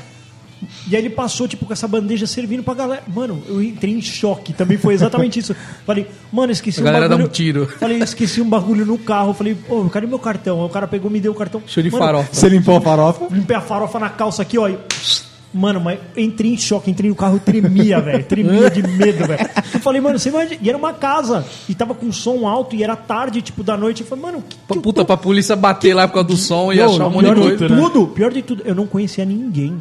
[SPEAKER 4] E aí ele passou, tipo, com essa bandeja servindo pra galera. Mano, eu entrei em choque. Também foi exatamente isso. Falei, mano, esqueci
[SPEAKER 3] A
[SPEAKER 4] um
[SPEAKER 3] galera
[SPEAKER 4] bagulho.
[SPEAKER 3] dá um tiro.
[SPEAKER 4] Falei, esqueci um bagulho no carro. Falei, pô, cadê meu cartão? Aí o cara pegou, me deu o cartão.
[SPEAKER 3] Show de
[SPEAKER 4] Mano,
[SPEAKER 3] farofa.
[SPEAKER 2] Você limpou a farofa?
[SPEAKER 4] limpei a farofa na calça aqui, ó. e- Mano, mas eu entrei em choque, entrei no carro, eu tremia, velho. Tremia de medo, velho. Eu falei, mano, você imagina. E era uma casa. E tava com som alto e era tarde, tipo, da noite. Eu falei, mano, que.
[SPEAKER 3] Pra-
[SPEAKER 4] que eu
[SPEAKER 3] Puta,
[SPEAKER 4] tô-
[SPEAKER 3] pra polícia bater lá por causa do som e
[SPEAKER 4] Não, é né?
[SPEAKER 3] achar um monte de
[SPEAKER 4] pior de
[SPEAKER 3] coisa.
[SPEAKER 4] tudo, pior de tudo, eu não conhecia ninguém.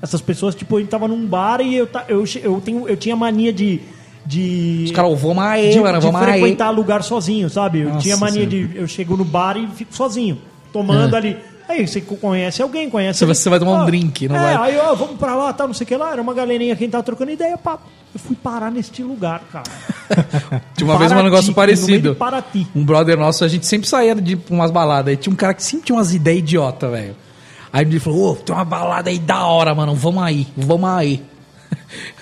[SPEAKER 4] Essas pessoas, tipo, a gente tava num bar e eu, ta- eu, che- eu, tenho, eu tinha mania de. de
[SPEAKER 3] Os caras, "Ô, vamos aí,
[SPEAKER 4] de,
[SPEAKER 3] mano,
[SPEAKER 4] de
[SPEAKER 3] vamos aí.
[SPEAKER 4] frequentar lugar sozinho, sabe? Eu
[SPEAKER 3] Nossa
[SPEAKER 4] tinha mania
[SPEAKER 3] Senhora. É.
[SPEAKER 4] de. Eu chego no bar e fico sozinho, tomando ali. Aí você co- conhece alguém, conhece.
[SPEAKER 3] Você vai-
[SPEAKER 4] ali.
[SPEAKER 3] você vai tomar um drink, não
[SPEAKER 4] é,
[SPEAKER 3] vai?
[SPEAKER 4] Aí, ó, vamos pra lá, tal, não sei o que lá. Era uma galerinha que a gente tava trocando ideia, pá. Eu fui parar neste lugar, cara.
[SPEAKER 3] Tinha uma vez um negócio
[SPEAKER 4] Paraty, no meio de
[SPEAKER 3] parecido.
[SPEAKER 4] Paraty.
[SPEAKER 3] Um brother nosso, a gente sempre saía de pra umas baladas. E tinha um cara que sempre tinha umas ideias idiota, velho. Aí ele falou, ô, tem uma balada aí da hora, mano. Vamos aí, vamos aí.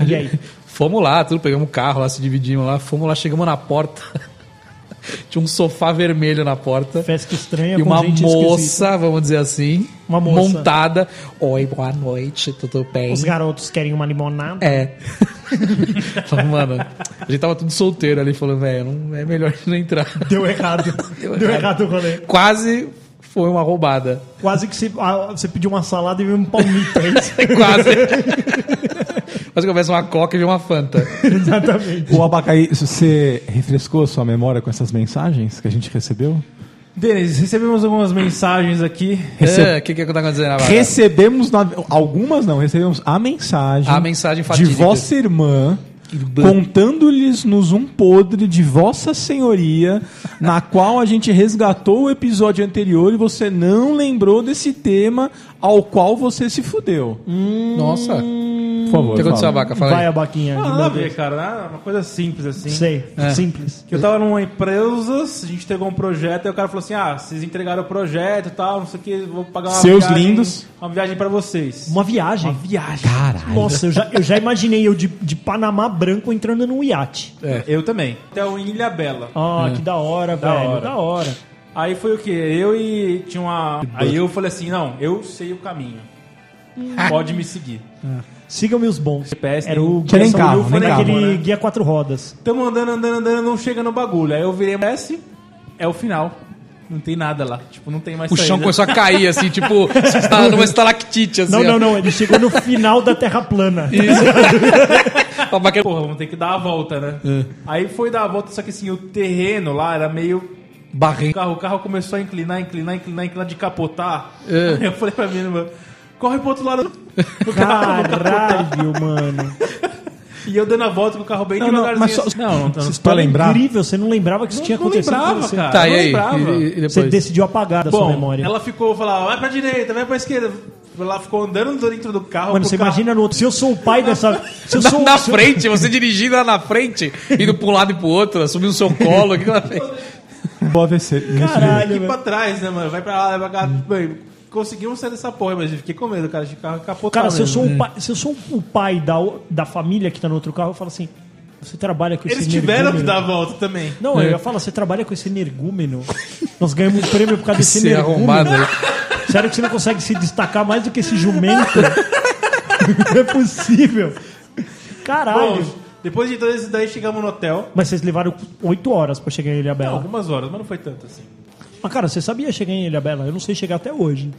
[SPEAKER 4] E aí?
[SPEAKER 3] Fomos lá, tudo, pegamos o carro lá, se dividimos lá, fomos lá, chegamos na porta. tinha um sofá vermelho na porta.
[SPEAKER 4] Festa estranha,
[SPEAKER 3] E
[SPEAKER 4] com
[SPEAKER 3] uma
[SPEAKER 4] gente
[SPEAKER 3] moça,
[SPEAKER 4] esquisita.
[SPEAKER 3] vamos dizer assim,
[SPEAKER 4] Uma moça.
[SPEAKER 3] montada. Oi, boa noite, tudo bem?
[SPEAKER 4] Os garotos querem uma limonada.
[SPEAKER 3] É. Falei, mano, a gente tava tudo solteiro ali, falando, velho, não- é melhor não entrar.
[SPEAKER 4] Deu errado. Deu,
[SPEAKER 3] Deu
[SPEAKER 4] errado
[SPEAKER 3] errado.
[SPEAKER 4] o rolê.
[SPEAKER 3] Quase foi uma roubada.
[SPEAKER 4] Quase que você, ah, você pediu uma salada e veio um palmito. é isso?
[SPEAKER 3] Quase. Quase que eu peço uma coca e uma fanta.
[SPEAKER 4] Exatamente.
[SPEAKER 2] O Abacaí, você refrescou a sua memória com essas mensagens que a gente recebeu?
[SPEAKER 5] Denis, recebemos algumas mensagens aqui.
[SPEAKER 2] Rece-
[SPEAKER 3] É, O que, que tá acontecendo agora?
[SPEAKER 2] Recebemos, na- algumas não, recebemos a mensagem.
[SPEAKER 3] A mensagem
[SPEAKER 2] de
[SPEAKER 3] fatídica.
[SPEAKER 2] vossa irmã.
[SPEAKER 3] Irmã.
[SPEAKER 2] Contando-lhes-nos um podre de Vossa Senhoria, na qual a gente resgatou o episódio anterior e você não lembrou desse tema ao qual você se fudeu.
[SPEAKER 5] Hum.
[SPEAKER 3] Nossa.
[SPEAKER 2] Por favor.
[SPEAKER 3] O que aconteceu,
[SPEAKER 2] fala.
[SPEAKER 3] Abaca? Fala
[SPEAKER 4] Vai
[SPEAKER 3] aí.
[SPEAKER 4] a baquinha.
[SPEAKER 5] Ah,
[SPEAKER 4] aqui,
[SPEAKER 5] nada a
[SPEAKER 4] meu
[SPEAKER 5] ver, cara. Ah, Uma coisa simples assim.
[SPEAKER 4] Deus. Sei,
[SPEAKER 3] É.
[SPEAKER 4] simples.
[SPEAKER 5] Que eu tava numa empresa, a gente entregou um projeto, aí o cara falou assim: ah, vocês entregaram o projeto e tal, não sei o que, vou pagar uma
[SPEAKER 2] Seus
[SPEAKER 5] viagem-
[SPEAKER 2] lindos.
[SPEAKER 5] Uma viagem pra vocês.
[SPEAKER 4] Uma viagem.
[SPEAKER 5] viagem.
[SPEAKER 4] Nossa, eu já, eu já imaginei eu de, de Panamá branco entrando num iate.
[SPEAKER 5] É. Eu também. Então, em Ilha Bela.
[SPEAKER 4] Ah, que da hora, velho.
[SPEAKER 5] hora.
[SPEAKER 4] Da hora.
[SPEAKER 5] Aí foi o quê? Eu e tinha uma. Aí eu falei assim: não, eu sei o caminho. Pode me seguir.
[SPEAKER 4] Sigam-me os bons.
[SPEAKER 5] GPS
[SPEAKER 4] Era o
[SPEAKER 5] nem-
[SPEAKER 2] Tinha nem
[SPEAKER 4] Guia São
[SPEAKER 2] carro,
[SPEAKER 4] Wilfred,
[SPEAKER 2] nem
[SPEAKER 4] era
[SPEAKER 2] carro,
[SPEAKER 4] aquele
[SPEAKER 5] né?
[SPEAKER 4] guia quatro rodas.
[SPEAKER 5] Tamo andando, andando, andando, não chega no bagulho. Aí eu virei S, é o final. Não tem nada lá. Tipo, não tem mais
[SPEAKER 3] O chão
[SPEAKER 5] saída.
[SPEAKER 3] começou a cair, assim, tipo, você está numa estalactite, assim.
[SPEAKER 4] Não,
[SPEAKER 3] ó.
[SPEAKER 4] não, não. Ele chegou no final da Terra plana.
[SPEAKER 3] Ó, pra quem-
[SPEAKER 5] Porra, vamos ter que dar a volta, né? Aí foi dar a volta, só que assim, o terreno lá era meio. O
[SPEAKER 3] Barrenco.
[SPEAKER 5] carro, o carro começou a inclinar, inclinar, inclinar, inclinar, de capotar.
[SPEAKER 3] É.
[SPEAKER 5] Aí eu falei pra mim, irmã, corre pro outro lado. do carro, vou capotar.
[SPEAKER 4] Caralho, mano.
[SPEAKER 5] E eu dando a volta com o carro bem
[SPEAKER 2] Não, não,
[SPEAKER 5] devagarzinho.
[SPEAKER 2] mas só-
[SPEAKER 5] assim. não, não, não,
[SPEAKER 2] Vocês- Pra lembrar?
[SPEAKER 4] Incrível, você não lembrava que isso tinha
[SPEAKER 5] não
[SPEAKER 4] acontecido com
[SPEAKER 5] lembrava,
[SPEAKER 4] você.
[SPEAKER 5] cara.
[SPEAKER 3] Tá,
[SPEAKER 5] não
[SPEAKER 3] e aí?
[SPEAKER 5] lembrava.
[SPEAKER 3] E, e depois?
[SPEAKER 4] Você decidiu apagar da sua
[SPEAKER 5] Bom,
[SPEAKER 4] memória.
[SPEAKER 5] ela ficou, falava, vai pra direita, vai pra esquerda. Ela ficou andando dentro do carro.
[SPEAKER 4] Mano,
[SPEAKER 5] pro
[SPEAKER 4] você
[SPEAKER 5] carro-
[SPEAKER 4] imagina no outro. Se eu sou o pai dessa. Se eu
[SPEAKER 3] Na,
[SPEAKER 4] sou
[SPEAKER 3] na
[SPEAKER 4] se eu-
[SPEAKER 3] frente, você dirigindo lá na frente, indo pra um lado e pro outro, subindo o seu colo. O que que ela fez?
[SPEAKER 2] Boa VC.
[SPEAKER 4] Caralho,
[SPEAKER 5] Aqui
[SPEAKER 4] velho.
[SPEAKER 5] pra trás, né, mano? Vai pra lá, vai pra cá. Bem, Conseguimos sair dessa porra, mas eu fiquei com medo, cara, de carro capotar.
[SPEAKER 4] Cara, se eu
[SPEAKER 5] mesmo.
[SPEAKER 4] sou
[SPEAKER 3] É.
[SPEAKER 4] o pai, se eu sou o pai da, o- da família que tá no outro carro, eu falo assim: você trabalha com
[SPEAKER 5] Eles
[SPEAKER 4] esse
[SPEAKER 5] tiveram que
[SPEAKER 4] energúmeno?
[SPEAKER 5] dar a volta também.
[SPEAKER 4] Não,
[SPEAKER 3] É.
[SPEAKER 4] eu ia falar, você trabalha com esse energúmeno. Nós ganhamos um prêmio por causa desse
[SPEAKER 3] Você é
[SPEAKER 4] energúmeno.
[SPEAKER 3] arrombado. aí.
[SPEAKER 4] Sério que você não consegue se destacar mais do que esse jumento? não é possível. Caralho.
[SPEAKER 5] Bom, depois de tudo isso daí, chegamos no hotel.
[SPEAKER 4] Mas vocês levaram oito horas pra chegar em Ilhabela.
[SPEAKER 5] Algumas horas, mas não foi tanto assim.
[SPEAKER 4] Mas, cara, você sabia chegar em Ilhabela? Eu não sei chegar até hoje.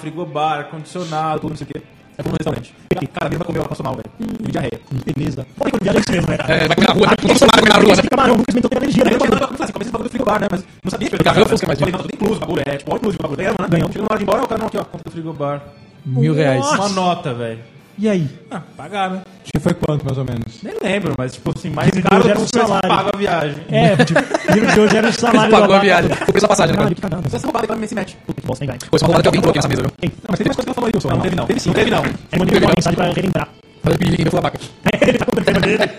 [SPEAKER 5] Frigobar, ar-condicionado, tudo não sei o quê. É pro restaurante. E, Cara, ninguém vai comer, ela passou mal, velho. E diarreia.
[SPEAKER 4] Beleza. Olha que viagem que vocês, né?
[SPEAKER 3] É, vai comer na rua, vai comer na rua.
[SPEAKER 4] Esse camarão nunca experimentou ter energia, né?
[SPEAKER 5] Eu tava falando assim, comecei falando do frigobar, né? Mas não sabia que era
[SPEAKER 3] Garrafa, você quer mais
[SPEAKER 5] Falei, não, tudo incluso, o bagulho. É, tipo, ó, inclusive, o bagulho. Ganhamos, né? Ganhamos. Chegou na hora de ir embora, o cara não aqui, ó, conta do frigobar.
[SPEAKER 3] Mil reais.
[SPEAKER 5] Uma nota, velho.
[SPEAKER 4] E aí?
[SPEAKER 5] Ah, pagar, né?
[SPEAKER 2] Foi quanto, mais ou menos?
[SPEAKER 5] Nem lembro, mas tipo assim, mais
[SPEAKER 4] Ele já
[SPEAKER 5] caro do
[SPEAKER 4] era
[SPEAKER 5] que
[SPEAKER 4] um
[SPEAKER 5] o preço
[SPEAKER 4] salário.
[SPEAKER 5] pago a viagem.
[SPEAKER 4] É, tipo, livro de hoje era o salário
[SPEAKER 3] Pagou a
[SPEAKER 4] da
[SPEAKER 3] viagem. O preço da passagem, né? cara?
[SPEAKER 4] Caralho, que cagada.
[SPEAKER 5] Essa roubada também se mete.
[SPEAKER 4] Puta, que bosta, hein, velho?
[SPEAKER 3] Foi só uma roubada que alguém colocou nessa mesa, viu?
[SPEAKER 4] Ei,
[SPEAKER 5] Mas tem mais coisa que ela falou aí, Wilson. Não, teve não. Teve sim, não teve não.
[SPEAKER 4] eu mandei uma mensagem pra relembrar.
[SPEAKER 3] Fazer pedido aqui, meu babaca.
[SPEAKER 4] Ele tá com o tema dele.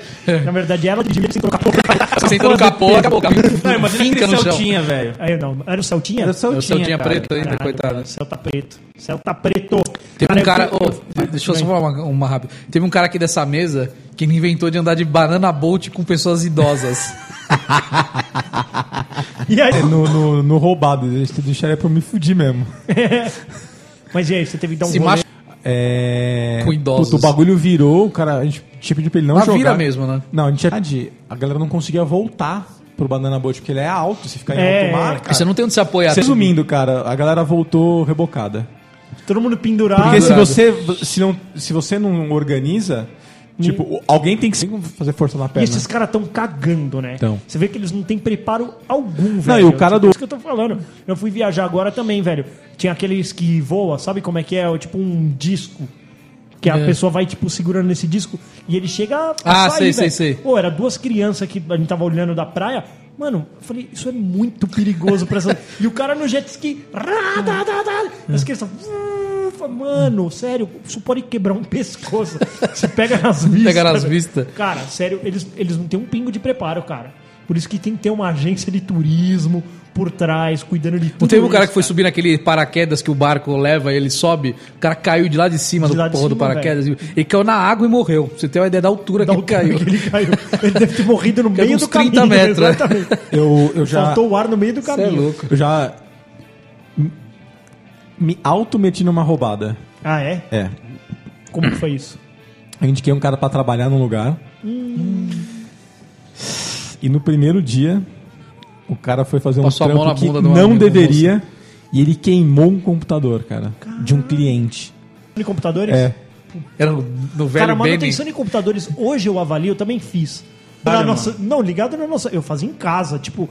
[SPEAKER 4] Na verdade, ela dirigiu sem trocar porra.
[SPEAKER 3] Você senta no capô, acabou. o carro
[SPEAKER 5] Não, imagina
[SPEAKER 3] Finca
[SPEAKER 5] aquele
[SPEAKER 3] no chão.
[SPEAKER 5] Celtinha, velho.
[SPEAKER 4] Aí, não, era o Celtinha?
[SPEAKER 5] Era
[SPEAKER 3] O
[SPEAKER 5] o Celtinha,
[SPEAKER 3] Celtinha
[SPEAKER 5] cara.
[SPEAKER 3] preto ainda,
[SPEAKER 4] Caralho,
[SPEAKER 3] coitado.
[SPEAKER 4] velho, Celta tá preto. Celta preto.
[SPEAKER 3] Teve um cara.
[SPEAKER 4] eu-
[SPEAKER 3] ô, deixa eu só falar uma, uma rápida. Teve um cara aqui dessa mesa que ele inventou de andar de banana bolt com pessoas idosas.
[SPEAKER 4] E aí?
[SPEAKER 2] No, no, no roubado, eles deixaram é pra eu me fudir mesmo.
[SPEAKER 4] Mas e aí, você teve que dar um
[SPEAKER 3] Se
[SPEAKER 4] rolê?
[SPEAKER 3] machuca.
[SPEAKER 2] É.
[SPEAKER 3] Com idosos.
[SPEAKER 2] Puta, o bagulho virou, o cara, a gente tinha pedido pra ele não
[SPEAKER 3] Mas
[SPEAKER 2] jogar.
[SPEAKER 3] vira mesmo, né?
[SPEAKER 2] Não, a gente tinha de- A galera não conseguia voltar pro Banana Boat, porque ele é alto, se ficar em
[SPEAKER 4] É,
[SPEAKER 2] alto mar,
[SPEAKER 4] é.
[SPEAKER 2] cara.
[SPEAKER 3] Você não tem onde se apoiar.
[SPEAKER 2] Resumindo, cara, a galera voltou rebocada.
[SPEAKER 4] Todo mundo pendurado.
[SPEAKER 2] Porque se
[SPEAKER 3] Pendurado.
[SPEAKER 2] você, se, não, se você não organiza, tipo, o- alguém tem que sempre fazer força na
[SPEAKER 4] E
[SPEAKER 2] perna.
[SPEAKER 4] esses caras tão cagando, né?
[SPEAKER 2] Tão.
[SPEAKER 4] Você vê que eles não têm preparo algum, velho.
[SPEAKER 2] e o cara
[SPEAKER 4] Tipo,
[SPEAKER 2] do-
[SPEAKER 4] Isso que eu tô falando. Eu fui viajar agora também, velho. Tinha aqueles que voa, sabe como é que é? É Tipo um disco. Que a
[SPEAKER 3] É.
[SPEAKER 4] pessoa vai, tipo, segurando nesse disco e ele chega a
[SPEAKER 3] Ah, sei,
[SPEAKER 4] velho.
[SPEAKER 3] sei, sei.
[SPEAKER 4] Pô, era duas crianças que a gente tava olhando da praia. Mano, eu falei, isso é muito perigoso pra essa... e o cara no jet ski... Rá, dá, dá, dá.
[SPEAKER 3] É.
[SPEAKER 4] As crianças... "Vum", fala, Mano, sério, isso pode quebrar um pescoço. Você pega nas vistas.
[SPEAKER 3] Pega nas
[SPEAKER 4] velho.
[SPEAKER 3] vistas.
[SPEAKER 4] Cara, sério, eles, eles não têm um pingo de preparo, cara. Por isso que tem que ter uma agência de turismo por trás, cuidando de tudo.
[SPEAKER 3] Não teve um cara
[SPEAKER 4] isso,
[SPEAKER 3] que foi subir naquele paraquedas que o barco leva e ele sobe, o cara caiu de lá de cima
[SPEAKER 4] De
[SPEAKER 3] do
[SPEAKER 4] lá de
[SPEAKER 3] porra do
[SPEAKER 4] cima,
[SPEAKER 3] paraquedas e ele caiu na água e morreu. Pra Você tem uma ideia da altura
[SPEAKER 4] Da
[SPEAKER 3] que ele caiu.
[SPEAKER 4] altura que um ele caiu. Ele deve ter morrido no
[SPEAKER 3] Caiu
[SPEAKER 4] meio
[SPEAKER 3] uns
[SPEAKER 4] do
[SPEAKER 3] 30
[SPEAKER 4] caminho.
[SPEAKER 3] metros, né?
[SPEAKER 4] Exatamente.
[SPEAKER 2] Eu, eu já.
[SPEAKER 4] Faltou o ar no meio do
[SPEAKER 3] Você é
[SPEAKER 4] caminho.
[SPEAKER 3] louco.
[SPEAKER 2] Eu já. me- Me auto-meti numa roubada.
[SPEAKER 4] ah, é?
[SPEAKER 2] É.
[SPEAKER 4] Como que foi isso?
[SPEAKER 2] Eu indiquei um cara pra trabalhar num lugar. E no primeiro dia, o cara foi fazer um
[SPEAKER 3] Passou a mão
[SPEAKER 2] trampo
[SPEAKER 3] na
[SPEAKER 2] que
[SPEAKER 3] bunda de uma- de
[SPEAKER 2] não
[SPEAKER 3] uma
[SPEAKER 2] deveria. E ele queimou um computador, cara. De um cliente.
[SPEAKER 4] De computadores?
[SPEAKER 2] É.
[SPEAKER 3] Era no, no velho
[SPEAKER 4] Cara,
[SPEAKER 3] Benny.
[SPEAKER 4] manutenção de computadores, hoje eu avalio, eu também fiz. Na
[SPEAKER 5] Olha,
[SPEAKER 4] nossa, não, ligado na nossa. Eu fazia em casa, tipo.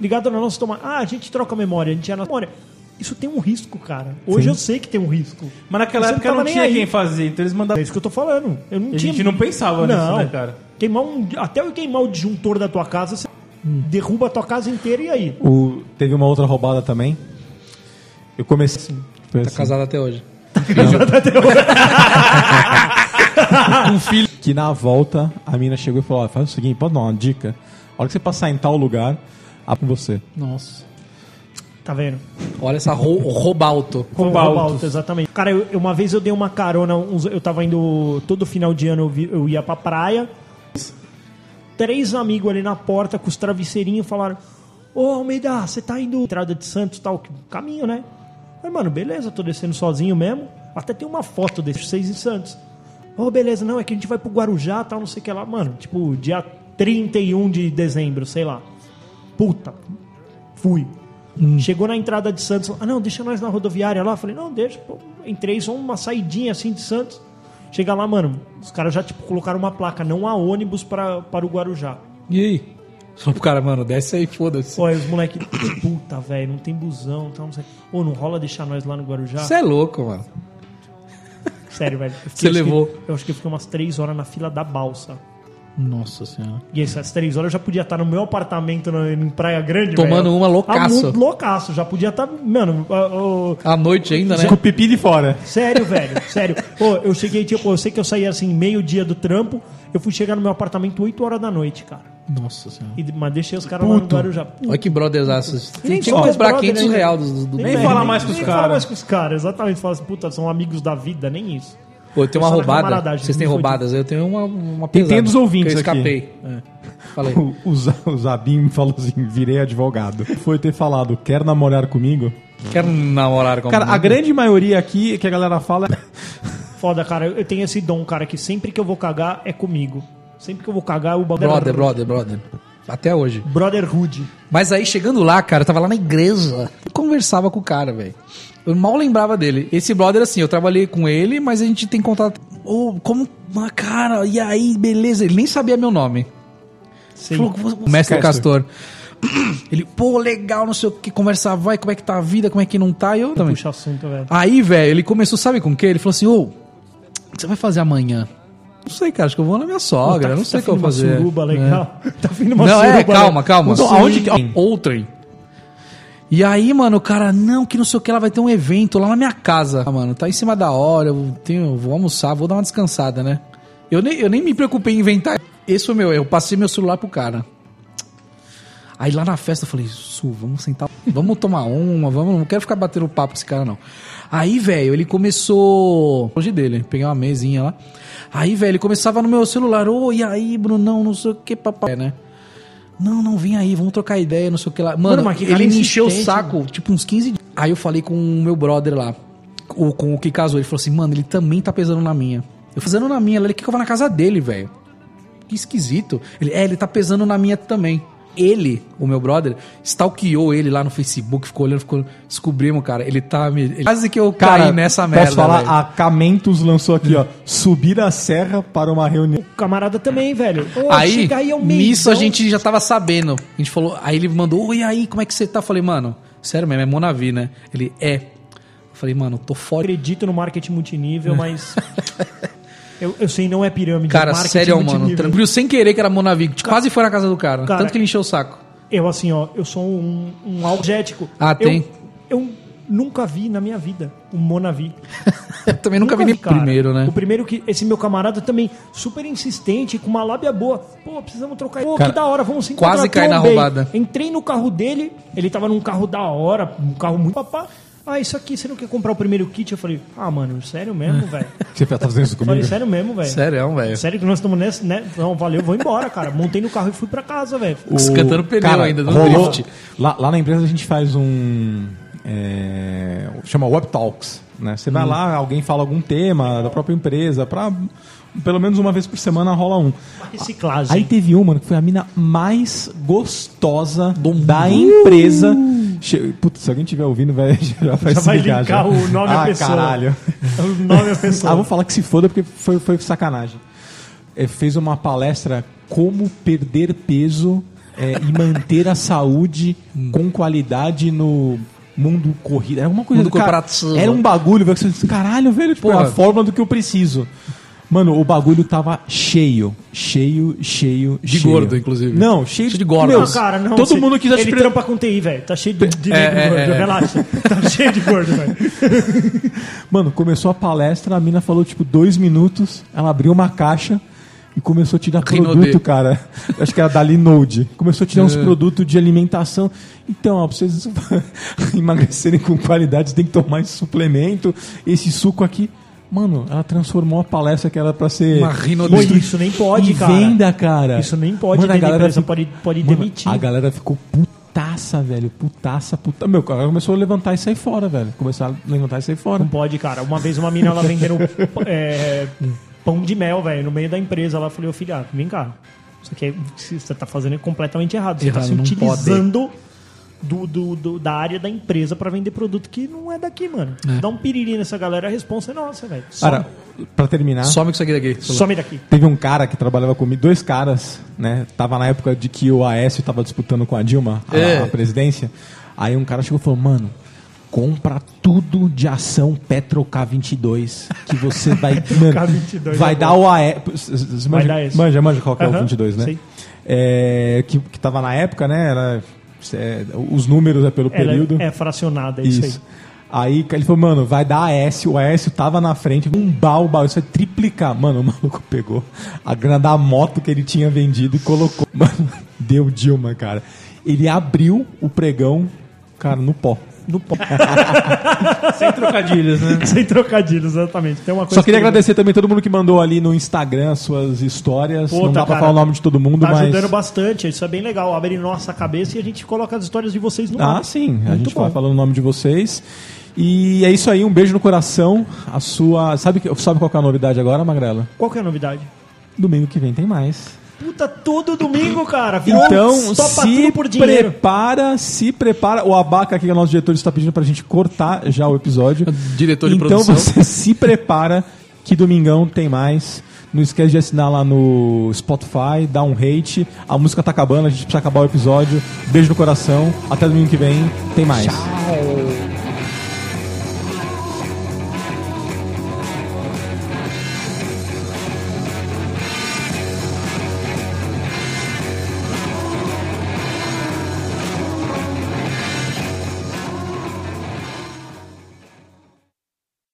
[SPEAKER 4] ligado na nossa tomada. Ah, a gente troca a memória, a gente é na memória. Isso tem um risco, cara. Hoje eu sei que tem um risco.
[SPEAKER 5] Mas naquela
[SPEAKER 4] Você não
[SPEAKER 5] época não,
[SPEAKER 4] tava nem
[SPEAKER 5] tinha
[SPEAKER 4] aí.
[SPEAKER 5] quem fazer, então eles
[SPEAKER 4] É
[SPEAKER 5] mandavam.
[SPEAKER 4] isso que eu tô falando. Eu não
[SPEAKER 5] A
[SPEAKER 4] tinha...
[SPEAKER 5] gente não pensava nisso, né, cara?
[SPEAKER 4] Queimar um... Até eu queimar o disjuntor da tua casa, você derruba a tua casa inteira e aí?
[SPEAKER 2] O- teve uma outra roubada também. Eu comecei. foi
[SPEAKER 3] Tá
[SPEAKER 2] assim,
[SPEAKER 3] casado até hoje.
[SPEAKER 2] Que na volta a mina chegou e falou: "Ó, faz o seguinte, pode dar uma dica. A hora que você passar em tal lugar, a com você.
[SPEAKER 3] Nossa.
[SPEAKER 4] Tá vendo?
[SPEAKER 3] Olha essa rou roubalto.
[SPEAKER 4] Foi um
[SPEAKER 5] Cobalto.
[SPEAKER 4] Cobalto, exatamente. Cara, eu- eu- uma vez eu dei uma carona, uns- eu tava indo. Todo final de ano eu, vi- eu ia pra praia. Três amigos ali na porta com os travesseirinhos falaram: Ô Almeida, você tá indo. Entrada de Santos tal, que- caminho, né? Aí, mano, beleza, tô descendo sozinho mesmo. Até tem uma foto desses seis em Santos. Ô, beleza, não, é que a gente vai pro Guarujá tal, não sei o que lá. Mano, tipo, dia 31 de dezembro, sei lá. Puta, Fui.
[SPEAKER 3] Hum.
[SPEAKER 4] Chegou na entrada de Santos. Ah, não, deixa nós na rodoviária lá. Falei, não, deixa. pô. Entrei só uma saidinha assim de Santos. Chega lá, mano. Os caras já tipo, colocaram uma placa. Não há ônibus pra, para o Guarujá.
[SPEAKER 3] E aí? Só pro cara, mano, desce aí, foda-se.
[SPEAKER 4] Olha, os moleques. Puta, velho, não tem busão. Tal, não sei. Ô, não rola deixar nós lá no Guarujá?
[SPEAKER 3] Você é louco, mano.
[SPEAKER 4] Sério, velho. Eu fiquei-
[SPEAKER 3] Você
[SPEAKER 4] eu acho que-
[SPEAKER 3] levou.
[SPEAKER 4] eu acho que eu fiquei umas três horas na fila da balsa.
[SPEAKER 3] Nossa senhora.
[SPEAKER 4] E essas três horas eu já podia estar no meu apartamento na- em Praia Grande.
[SPEAKER 3] Tomando
[SPEAKER 4] velho.
[SPEAKER 3] uma loucaço.
[SPEAKER 4] Ah, mu- loucaço. Já podia estar. Mano, ah, ô,
[SPEAKER 3] À noite ainda, né?
[SPEAKER 5] Com o pipi de fora.
[SPEAKER 4] Sério, velho, sério. Pô, eu cheguei, tipo, eu sei que eu saí assim, meio-dia do trampo. Eu fui chegar no meu apartamento 8 horas da noite, cara.
[SPEAKER 3] Nossa senhora.
[SPEAKER 4] E, mas deixei os caras lá no Guarujá.
[SPEAKER 3] Olha que brotherzaço. Tinha que
[SPEAKER 4] são mais
[SPEAKER 3] cobrar
[SPEAKER 4] brother,
[SPEAKER 3] 500
[SPEAKER 4] né?
[SPEAKER 3] reais do, do, do-
[SPEAKER 5] Nem
[SPEAKER 4] velho,
[SPEAKER 5] fala mais com os
[SPEAKER 4] nem
[SPEAKER 5] cara.
[SPEAKER 4] fala mais com os caras, exatamente. Fala assim, puta, são amigos da vida, nem isso.
[SPEAKER 3] Pô, eu tenho uma
[SPEAKER 4] Só na
[SPEAKER 3] roubada.
[SPEAKER 4] camaradagem,
[SPEAKER 3] Vocês têm
[SPEAKER 4] me fudi.
[SPEAKER 3] roubadas. Eu tenho uma, uma
[SPEAKER 2] Tem- tem
[SPEAKER 3] pesada,
[SPEAKER 2] dos ouvintes
[SPEAKER 3] que eu
[SPEAKER 2] aqui.
[SPEAKER 3] escapei. É. Falei.
[SPEAKER 2] O, o, Za- o Zabim me falou assim: virei advogado. Foi ter falado, quer namorar comigo?
[SPEAKER 3] Quero namorar com um
[SPEAKER 2] Cara, a
[SPEAKER 3] alguém.
[SPEAKER 2] grande maioria aqui que a galera fala.
[SPEAKER 4] Foda, cara. Eu eu tenho esse dom, cara, que sempre que eu vou cagar é comigo. Sempre que eu vou cagar, o bagulho. é
[SPEAKER 3] Brother, brother, brother. Até hoje.
[SPEAKER 4] Brotherhood.
[SPEAKER 3] Mas aí, chegando lá, cara, eu tava lá na igreja. Eu conversava com o cara, velho. Eu mal lembrava dele. Esse brother, assim, eu trabalhei com ele, mas a gente tem contato. Ô, como. Ah, cara, e aí, beleza? Ele nem sabia meu nome.
[SPEAKER 4] Sim.
[SPEAKER 3] Falou, o mestre Castor. Ele, pô, legal, não sei o que, conversar, vai, como é que tá a vida, como é que não tá, e eu também.
[SPEAKER 4] Puxa assunto, velho.
[SPEAKER 3] Aí, velho, ele começou, sabe com o quê? Ele falou assim, ô, o que você vai fazer amanhã? Não sei, cara, acho que eu vou na minha sogra,
[SPEAKER 4] Tá-
[SPEAKER 3] não sei o
[SPEAKER 4] tá
[SPEAKER 3] que eu
[SPEAKER 4] vindo
[SPEAKER 3] vou fazer. É.
[SPEAKER 4] Uma suruba legal. Tá vindo uma
[SPEAKER 3] Não,
[SPEAKER 4] suruba Um
[SPEAKER 3] é, calma,
[SPEAKER 4] legal.
[SPEAKER 3] calma.
[SPEAKER 2] Então, aonde que-
[SPEAKER 3] Outrem. E aí, mano, o cara, não, que não sei o que, ela vai ter um evento lá na minha casa. Ah, mano, tá em cima da hora, eu tenho, vou almoçar, vou dar uma descansada, né? Eu nem, eu nem me preocupei em inventar. Esse foi meu erro, passei meu celular pro cara. Aí lá na festa eu falei, Su, vamos sentar, vamos tomar uma, vamos, não quero ficar batendo papo com esse cara não. Aí, velho, ele começou. Longe dele, peguei uma mesinha lá. Aí, velho, ele começava no meu celular, ô, e aí, Brunão, não sei o que, papai, né? Não, não, vem aí, vamos trocar ideia, não sei o que lá. Mano,
[SPEAKER 4] Mano, mas que cara
[SPEAKER 3] ele me encheu o
[SPEAKER 4] insistente,
[SPEAKER 3] saco, tipo, uns 15 dias. Aí eu falei com o meu brother lá, ou com o que casou, ele falou assim, mano, ele também tá pesando na minha. Eu fazendo na minha, ele quer que eu vá na casa dele, velho. Que esquisito. Ele, é, ele tá pesando na minha também. Ele, o meu brother, stalkeou ele lá no Facebook, ficou olhando, ficou. Descobrimos, cara. Ele tá me. ele- Quase que eu caí nessa merda.
[SPEAKER 2] Posso falar? Ah,
[SPEAKER 3] velho.
[SPEAKER 2] A Camentos lançou aqui, ó. Subir a serra para uma reunião.
[SPEAKER 4] O camarada também, velho. Ô,
[SPEAKER 3] aí,
[SPEAKER 4] chega aí ao
[SPEAKER 3] nisso a
[SPEAKER 4] um meizão.
[SPEAKER 3] gente já tava sabendo. A gente falou, aí ele mandou, oi, aí, como é que você tá? Eu falei, mano, sério mesmo, é Monavi, né? Ele, é. Eu falei, mano, tô fora.
[SPEAKER 4] acredito no marketing multinível, mas. eu, eu sei, não é pirâmide. é
[SPEAKER 3] Cara,
[SPEAKER 4] marketing
[SPEAKER 3] sério, mano.
[SPEAKER 4] multinível.
[SPEAKER 3] Tranquilo, sem querer que era Monavi. Quase foi na casa do cara.
[SPEAKER 4] Cara-
[SPEAKER 3] tanto que ele encheu o saco.
[SPEAKER 4] Eu, assim, ó, eu sou um, um algético.
[SPEAKER 3] Ah,
[SPEAKER 4] eu,
[SPEAKER 3] tem?
[SPEAKER 4] Eu nunca vi na minha vida um Monavi.
[SPEAKER 3] Eu também nunca, vi nem
[SPEAKER 4] cara.
[SPEAKER 3] primeiro, né?
[SPEAKER 4] O primeiro que. Esse meu camarada também, super insistente, com uma lábia boa. Pô, precisamos trocar. Pô,
[SPEAKER 2] Cara,
[SPEAKER 4] que da hora, vamos se
[SPEAKER 3] quase
[SPEAKER 4] encontrar,
[SPEAKER 3] cai na
[SPEAKER 4] trombei.
[SPEAKER 3] roubada.
[SPEAKER 4] Entrei no carro dele, ele tava num carro da hora, um carro muito papá. Ah, isso aqui, você não quer comprar o primeiro kit? Eu falei, ah, mano, sério mesmo, velho.
[SPEAKER 2] Você tá fazendo isso
[SPEAKER 4] Eu Falei,
[SPEAKER 2] comigo?
[SPEAKER 4] sério mesmo, velho.
[SPEAKER 3] Sério, é um, velho.
[SPEAKER 4] Sério que nós estamos nessa, né? Não, valeu, vou embora, cara. Montei no carro e fui pra casa, velho.
[SPEAKER 3] Cantando pneu ainda, dando
[SPEAKER 2] rolou-
[SPEAKER 3] drift.
[SPEAKER 2] Lá, lá na empresa a gente faz um. é, chama Web Talks. Né? Você
[SPEAKER 3] Hum.
[SPEAKER 2] vai lá, alguém fala algum tema da própria empresa, pra, pelo menos uma vez por semana rola um.
[SPEAKER 4] Reciclagem.
[SPEAKER 2] Aí teve uma que foi a mina mais gostosa da empresa. Che... Putz, se alguém estiver ouvindo, vai, já vai
[SPEAKER 4] Uh! Já
[SPEAKER 2] se
[SPEAKER 4] vai
[SPEAKER 2] ligar.
[SPEAKER 4] linkar o nome
[SPEAKER 2] ah,
[SPEAKER 4] à pessoa.
[SPEAKER 2] caralho.
[SPEAKER 4] O nome é
[SPEAKER 2] Ah, vou
[SPEAKER 4] pessoal.
[SPEAKER 2] falar que se foda porque foi, foi sacanagem. É, fez uma palestra como perder peso é, e manter a saúde
[SPEAKER 3] Hum.
[SPEAKER 2] com qualidade no mundo corrido. Era uma coisa
[SPEAKER 3] Mundo
[SPEAKER 2] cara,
[SPEAKER 3] corporativo.
[SPEAKER 2] Era um bagulho, velho, que você disse, caralho, velho, tipo, é
[SPEAKER 3] Porra.
[SPEAKER 2] a forma do que eu preciso. Mano, o bagulho tava cheio, cheio, cheio,
[SPEAKER 3] De
[SPEAKER 2] cheio.
[SPEAKER 3] gordo, inclusive.
[SPEAKER 2] Não, cheio,
[SPEAKER 3] Cheio de gordo.
[SPEAKER 2] Meu,
[SPEAKER 3] Não,
[SPEAKER 4] Ah, Cara, não.
[SPEAKER 2] todo
[SPEAKER 4] se-
[SPEAKER 2] mundo quis
[SPEAKER 4] Ele
[SPEAKER 2] aspirar
[SPEAKER 4] trampa com TI, velho. Tá cheio de, de
[SPEAKER 3] tá É,
[SPEAKER 4] nego
[SPEAKER 3] é,
[SPEAKER 4] gordo.
[SPEAKER 3] é.
[SPEAKER 4] Relaxa. Tá cheio de gordo, velho.
[SPEAKER 2] Mano, começou a palestra, a mina falou, tipo, dois minutos, ela abriu uma caixa e começou a tirar
[SPEAKER 3] Rinode. É.
[SPEAKER 2] produto, cara. Acho que era da Linode. Começou a tirar uns produtos de alimentação. Então, ó, pra vocês emagrecerem com qualidade, tem que tomar esse suplemento, esse suco aqui. Mano, ela transformou a palestra que era pra ser...
[SPEAKER 3] Uma rinode-
[SPEAKER 2] Pô, e-
[SPEAKER 4] Isso nem pode,
[SPEAKER 2] e
[SPEAKER 4] cara.
[SPEAKER 2] venda, cara.
[SPEAKER 4] Isso nem pode,
[SPEAKER 2] É. Mano, a
[SPEAKER 4] dentro da
[SPEAKER 2] galera
[SPEAKER 4] empresa
[SPEAKER 2] fica-
[SPEAKER 4] pode, pode
[SPEAKER 2] Mano,
[SPEAKER 4] demitir.
[SPEAKER 2] A galera ficou putaça, velho. Putaça, puta. Meu, cara começou a levantar e sair fora, velho. Começou a levantar e sair fora.
[SPEAKER 4] Não pode, cara. Uma vez uma mina, ela vendendo é, pão de mel, velho, no meio da empresa. Ela falou, filha, ah, vem cá. Isso aqui é, o que você tá fazendo é completamente errado. Você
[SPEAKER 3] Errado,
[SPEAKER 4] tá se
[SPEAKER 3] não pode.
[SPEAKER 4] utilizando do, do- do- da área da empresa pra vender produto que não é daqui, mano. Dá um piriri nessa galera, a responsa é nossa, velho. Some,
[SPEAKER 2] Cara, pra terminar,
[SPEAKER 3] Some com isso aqui daqui.
[SPEAKER 4] some daqui.
[SPEAKER 2] teve um cara que trabalhava comigo, dois caras, né? Tava na época de que o Aécio tava disputando com a Dilma a,
[SPEAKER 3] É.
[SPEAKER 2] a presidência. Aí um cara chegou e falou, mano, compra tudo de ação Petro K22, que você vai. mano,
[SPEAKER 4] K22
[SPEAKER 2] vai
[SPEAKER 4] é
[SPEAKER 2] dar o Aécio. Manja,
[SPEAKER 4] dar esse.
[SPEAKER 2] manja, manja qual que é o
[SPEAKER 4] Aham,
[SPEAKER 2] 22, né?
[SPEAKER 4] sei.
[SPEAKER 2] É, que, que tava na época, né? Era, é, os números é pelo
[SPEAKER 4] Ela
[SPEAKER 2] período.
[SPEAKER 4] é, é fracionada, é isso,
[SPEAKER 2] Isso. Aí ele falou, mano, vai dar Aécio. O Aécio tava na frente, um balbal, isso é triplicar. Mano, o maluco pegou a grana da moto que ele tinha vendido e colocou. Mano, deu Dilma, cara. Ele abriu o pregão, cara, no pó. No pó.
[SPEAKER 5] Sem trocadilhos, né?
[SPEAKER 4] aí. Sem trocadilhos, exatamente. Tem uma coisa
[SPEAKER 2] Só queria
[SPEAKER 4] que-
[SPEAKER 2] agradecer também todo mundo que mandou ali no Instagram suas histórias.
[SPEAKER 4] Puta,
[SPEAKER 2] Não dá pra
[SPEAKER 4] cara,
[SPEAKER 2] falar o nome de todo mundo,
[SPEAKER 4] Tá
[SPEAKER 2] mas.
[SPEAKER 4] ajudando bastante, isso é bem legal. Abre nossa cabeça e a gente coloca as histórias de vocês no
[SPEAKER 2] Ah,
[SPEAKER 4] ar.
[SPEAKER 2] sim. A
[SPEAKER 4] Muito
[SPEAKER 2] gente
[SPEAKER 4] bom.
[SPEAKER 2] vai falando o nome de vocês. E é isso aí, um beijo no coração. A sua. Sabe, que- sabe qual que é a novidade agora, Magrela?
[SPEAKER 4] Qual que é a novidade?
[SPEAKER 2] Domingo que vem tem mais.
[SPEAKER 4] Puta, todo domingo, cara. Virou
[SPEAKER 2] Então,
[SPEAKER 4] um topa
[SPEAKER 2] se
[SPEAKER 4] tudo por dinheiro.
[SPEAKER 2] prepara, se prepara. O Abaca aqui, que é o nosso diretor, está pedindo pra gente cortar já o episódio.
[SPEAKER 3] Diretor de
[SPEAKER 2] então
[SPEAKER 3] produção.
[SPEAKER 2] você se prepara que domingão tem mais. Não esquece de assinar lá no Spotify, dá um hate. A música tá acabando, a gente precisa acabar o episódio. Beijo no coração. Até domingo que vem, tem mais.
[SPEAKER 3] Tchau.